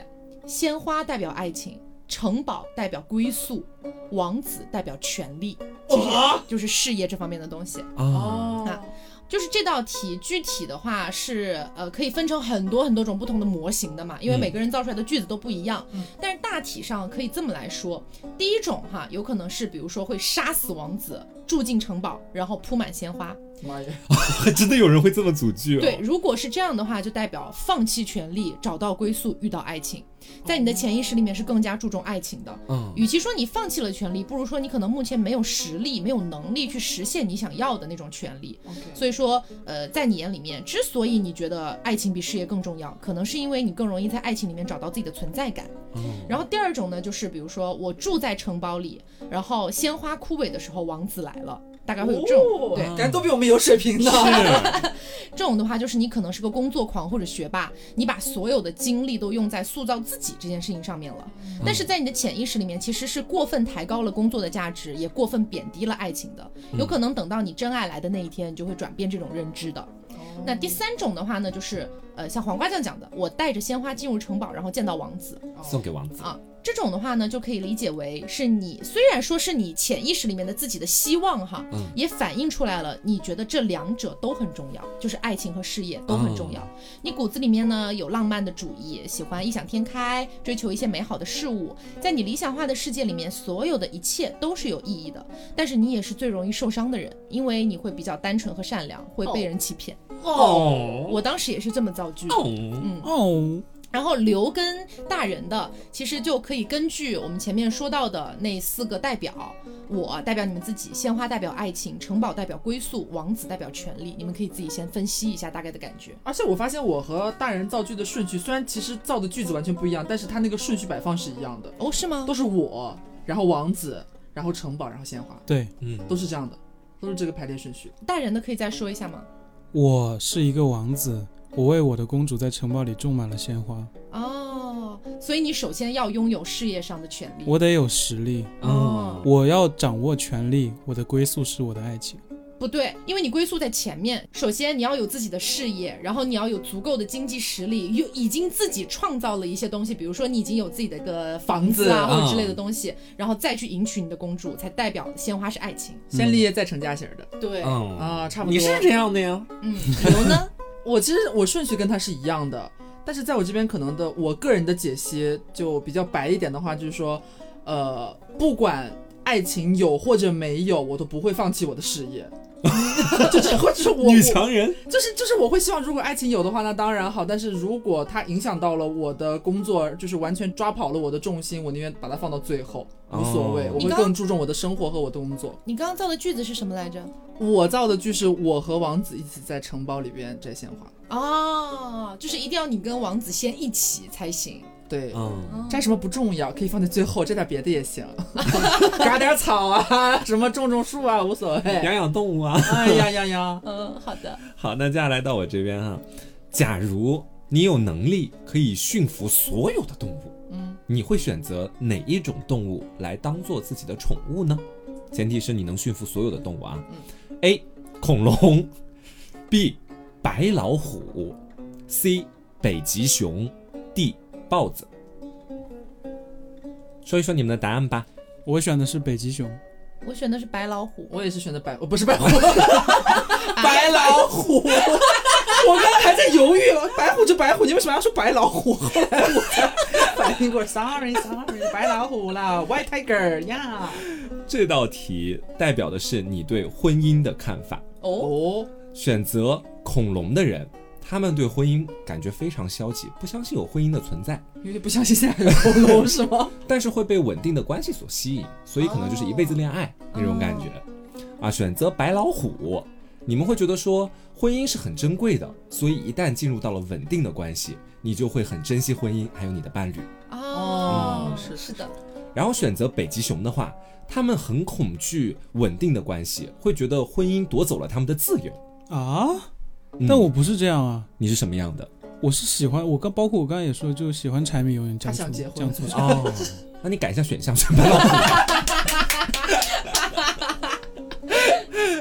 Speaker 1: 鲜花代表爱情，城堡代表归宿，王子代表权力，就是、就是事业这方面的东西。
Speaker 2: 哦，
Speaker 1: 就是这道题具体的话是呃可以分成很多很多种不同的模型的嘛，因为
Speaker 2: 嗯
Speaker 1: 每个人造出来的句子都不一样。
Speaker 3: 嗯
Speaker 1: 但是大体上可以这么来说，第一种哈有可能是比如说会杀死王子，住进城堡，然后铺满鲜花。
Speaker 3: 妈呀！
Speaker 2: 还真的有人会这么组句哦。
Speaker 1: 对，，如果是这样的话，就代表放弃权利，找到归宿，遇到爱情，在你的潜意识里面是更加注重爱情的。
Speaker 2: 嗯，
Speaker 1: 与其说你放弃了权利，不如说你可能目前没有实力、没有能力去实现你想要的那种权利。所以说，呃，在你眼里面，之所以你觉得爱情比事业更重要，可能是因为你更容易在爱情里面找到自己的存在感。
Speaker 2: 哦
Speaker 1: 然后第二种呢，就是比如说我住在城堡里，然后鲜花枯萎的时候，王子来了，大概会有这种、
Speaker 3: 哦
Speaker 1: 对。
Speaker 3: 感觉都比我们有水平呢。
Speaker 1: 这种的话，就是你可能是个工作狂或者学霸，你把所有的精力都用在塑造自己这件事情上面了。但是在你的潜意识里面，其实是过分抬高了工作的价值，也过分贬低了爱情的。有可能等到你真爱来的那一天，你就会转变这种认知的。
Speaker 3: 嗯
Speaker 1: 那第三种的话呢，就是呃，像黄瓜酱讲的，我带着鲜花进入城堡，然后见到王子
Speaker 2: 送给王子。
Speaker 1: 啊。这种的话呢，就可以理解为是你虽然说是你潜意识里面的自己的希望哈，
Speaker 2: 嗯
Speaker 1: 也反映出来了，你觉得这两者都很重要，就是爱情和事业都很重要。
Speaker 2: 哦
Speaker 1: 你骨子里面呢有浪漫的主义，喜欢异想天开，追求一些美好的事物，在你理想化的世界里面，所有的一切都是有意义的。但是你也是最容易受伤的人，因为你会比较单纯和善良，会被人欺骗。
Speaker 2: 哦
Speaker 1: 我当时也是这么造句的。
Speaker 2: 哦，
Speaker 1: 嗯，
Speaker 4: 哦，
Speaker 1: 然后刘跟大人的，其实就可以根据我们前面说到的那四个代表，我代表你们自己，鲜花代表爱情，城堡代表归宿，王子代表权力，你们可以自己先分析一下大概的感觉。
Speaker 3: 而且我发现我和大人造句的顺序，虽然其实造的句子完全不一样，但是他那个顺序摆放是一样的，
Speaker 1: 哦，是吗？
Speaker 3: 都是我，然后王子，然后城堡，然后鲜花，
Speaker 4: 对
Speaker 2: 嗯，
Speaker 3: 都是这样的，都是这个排列顺序。
Speaker 1: 大人的可以再说一下吗？
Speaker 4: 我是一个王子，我为我的公主在城堡里种满了鲜花，
Speaker 1: 哦，所以你首先要拥有事业上的权利。
Speaker 4: 我得有实力，
Speaker 1: 哦
Speaker 4: 我要掌握权力，我的归宿是我的爱情。
Speaker 1: 不对，因为你归宿在前面。首先你要有自己的事业，然后你要有足够的经济实力，有已经自己创造了一些东西，比如说你已经有自己的个房子啊
Speaker 3: 房
Speaker 2: 子
Speaker 1: 或者之类的
Speaker 2: 嗯
Speaker 1: 东西，然后再去迎娶你的公主，才代表鲜花是爱情。
Speaker 3: 先立业再成家型儿的
Speaker 1: 对，
Speaker 2: 嗯
Speaker 3: 啊，差不多。
Speaker 2: 你是这样的呀？
Speaker 1: 嗯，牛呢？
Speaker 3: 我其实我顺序跟他是一样的，但是在我这边可能的我个人的解析就比较白一点的话，就是说，呃，不管爱情有或者没有，我都不会放弃我的事业。 *laughs* 就是，或者是我
Speaker 2: 女
Speaker 3: 我
Speaker 2: 强人，
Speaker 3: 就是就是我会希望，如果爱情有的话，那当然好。但是如果它影响到了我的工作，就是完全抓跑了我的重心，我宁愿把它放到最后，无所谓。
Speaker 2: 哦
Speaker 3: 我
Speaker 1: 你
Speaker 3: 会
Speaker 1: 刚
Speaker 3: 更注重我的生活和我的工作。
Speaker 1: 你刚刚造的句子是什么来着？
Speaker 3: 我造的剧是我和王子一起在城堡里边摘鲜花。
Speaker 1: 哦，就是一定要你跟王子先一起才行。
Speaker 3: 对，
Speaker 2: 嗯，
Speaker 1: 哦
Speaker 3: 摘什么不重要，可以放在最后，摘点别的也行， *laughs* 嘎点草啊，什么种种树啊，无所谓。
Speaker 2: 养养动物啊。
Speaker 3: 哎呀呀呀！
Speaker 1: 嗯，好的。
Speaker 2: 好，那接下来到我这边哈、假如你有能力可以驯服所有的动物，
Speaker 3: 嗯，
Speaker 2: 你会选择哪一种动物来当做自己的宠物呢？前提是你能驯服所有的动物啊。A. 恐龙，B. 白老虎，C. 北极熊，D. 豹子。说一说你们的答案吧。
Speaker 4: 我选的是北极熊，
Speaker 1: 我选的是白老虎，
Speaker 3: 我也是选择白，我不是 *laughs* 白虎，
Speaker 1: 白
Speaker 3: 老 *laughs* 虎。我刚才还在犹豫，白虎就白虎，你为什么要说白老虎？后来我 *laughs* 才反应过来，sorry sorry，白老虎啦，white tiger 呀。
Speaker 2: 这道题代表的是你对婚姻的看法。
Speaker 1: 哦，
Speaker 3: 哦，
Speaker 2: 选择恐龙的人，他们对婚姻感觉非常消极，不相信有婚姻的存在，
Speaker 3: 有点不相信现在有恐龙是吗？
Speaker 2: 但是会被稳定的关系所吸引，所以可能就是一辈子恋爱那种感觉。啊，选择白老虎，你们会觉得说婚姻是很珍贵的，所以一旦进入到了稳定的关系，你就会很珍惜婚姻，还有你的伴侣。
Speaker 1: 哦，
Speaker 3: 嗯是
Speaker 1: 是的，
Speaker 2: 然后选择北极熊的话，他们很恐惧稳定的关系，会觉得婚姻夺走了他们的自由。
Speaker 4: 啊，
Speaker 2: 嗯
Speaker 4: 但我不是这样啊，
Speaker 2: 你是什么样的？
Speaker 4: 我是喜欢我刚，包括我刚才也说，就喜欢柴米油盐酱
Speaker 3: 他想
Speaker 4: 醋
Speaker 3: 结婚 *laughs*
Speaker 4: 酱醋茶。
Speaker 2: 哦，那你改一下选项，选白老虎。 *laughs*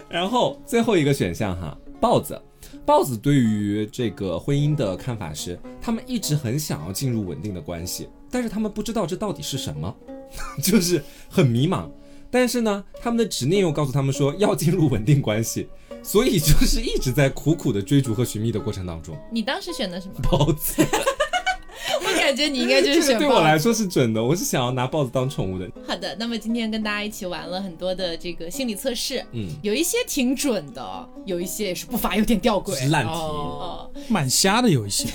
Speaker 2: 然后最后一个选项哈，豹子。豹子对于这个婚姻的看法是，他们一直很想要进入稳定的关系，但是他们不知道这到底是什么， *laughs* 就是很迷茫。但是呢，他们的执念又告诉他们说要进入稳定关系，所以就是一直在苦苦的追逐和寻觅的过程当中。
Speaker 1: 你当时选的什么？
Speaker 2: 豹子，
Speaker 1: *laughs* 我感觉你应该就是
Speaker 2: 这
Speaker 1: 选
Speaker 2: 个对
Speaker 1: 豹
Speaker 2: 我
Speaker 1: 子
Speaker 2: 来说是准的，我是想要拿豹子当宠物的。
Speaker 1: 好的，那么今天跟大家一起玩了很多的这个心理测试，
Speaker 2: 嗯，
Speaker 1: 有一些挺准的，哦有一些也是不乏有点吊
Speaker 2: 是
Speaker 1: 诡。
Speaker 2: 烂题。
Speaker 3: 哦
Speaker 1: 哦，
Speaker 4: 蛮瞎的有一些，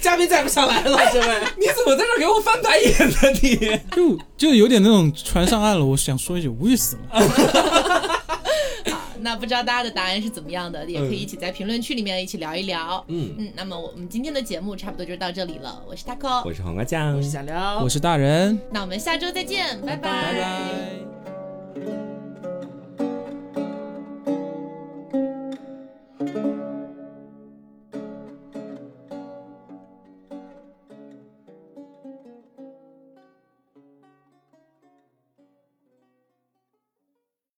Speaker 3: 嘉宾载不上来了，这位。
Speaker 2: 你怎么在这儿给我翻白眼呢？你
Speaker 4: *laughs* 就就有点那种船上岸了，我想说一句无意思了。
Speaker 1: 那不知道大家的答案是怎么样的，也可以一起在评论区里面一起聊一聊。
Speaker 2: 嗯，
Speaker 1: 嗯，那么我们今天的节目差不多就到这里了，我是 taco，
Speaker 2: 我是黄瓜酱，
Speaker 3: 我是小廖，
Speaker 4: 我是大人，
Speaker 1: 那我们下周再见，拜
Speaker 4: 拜拜。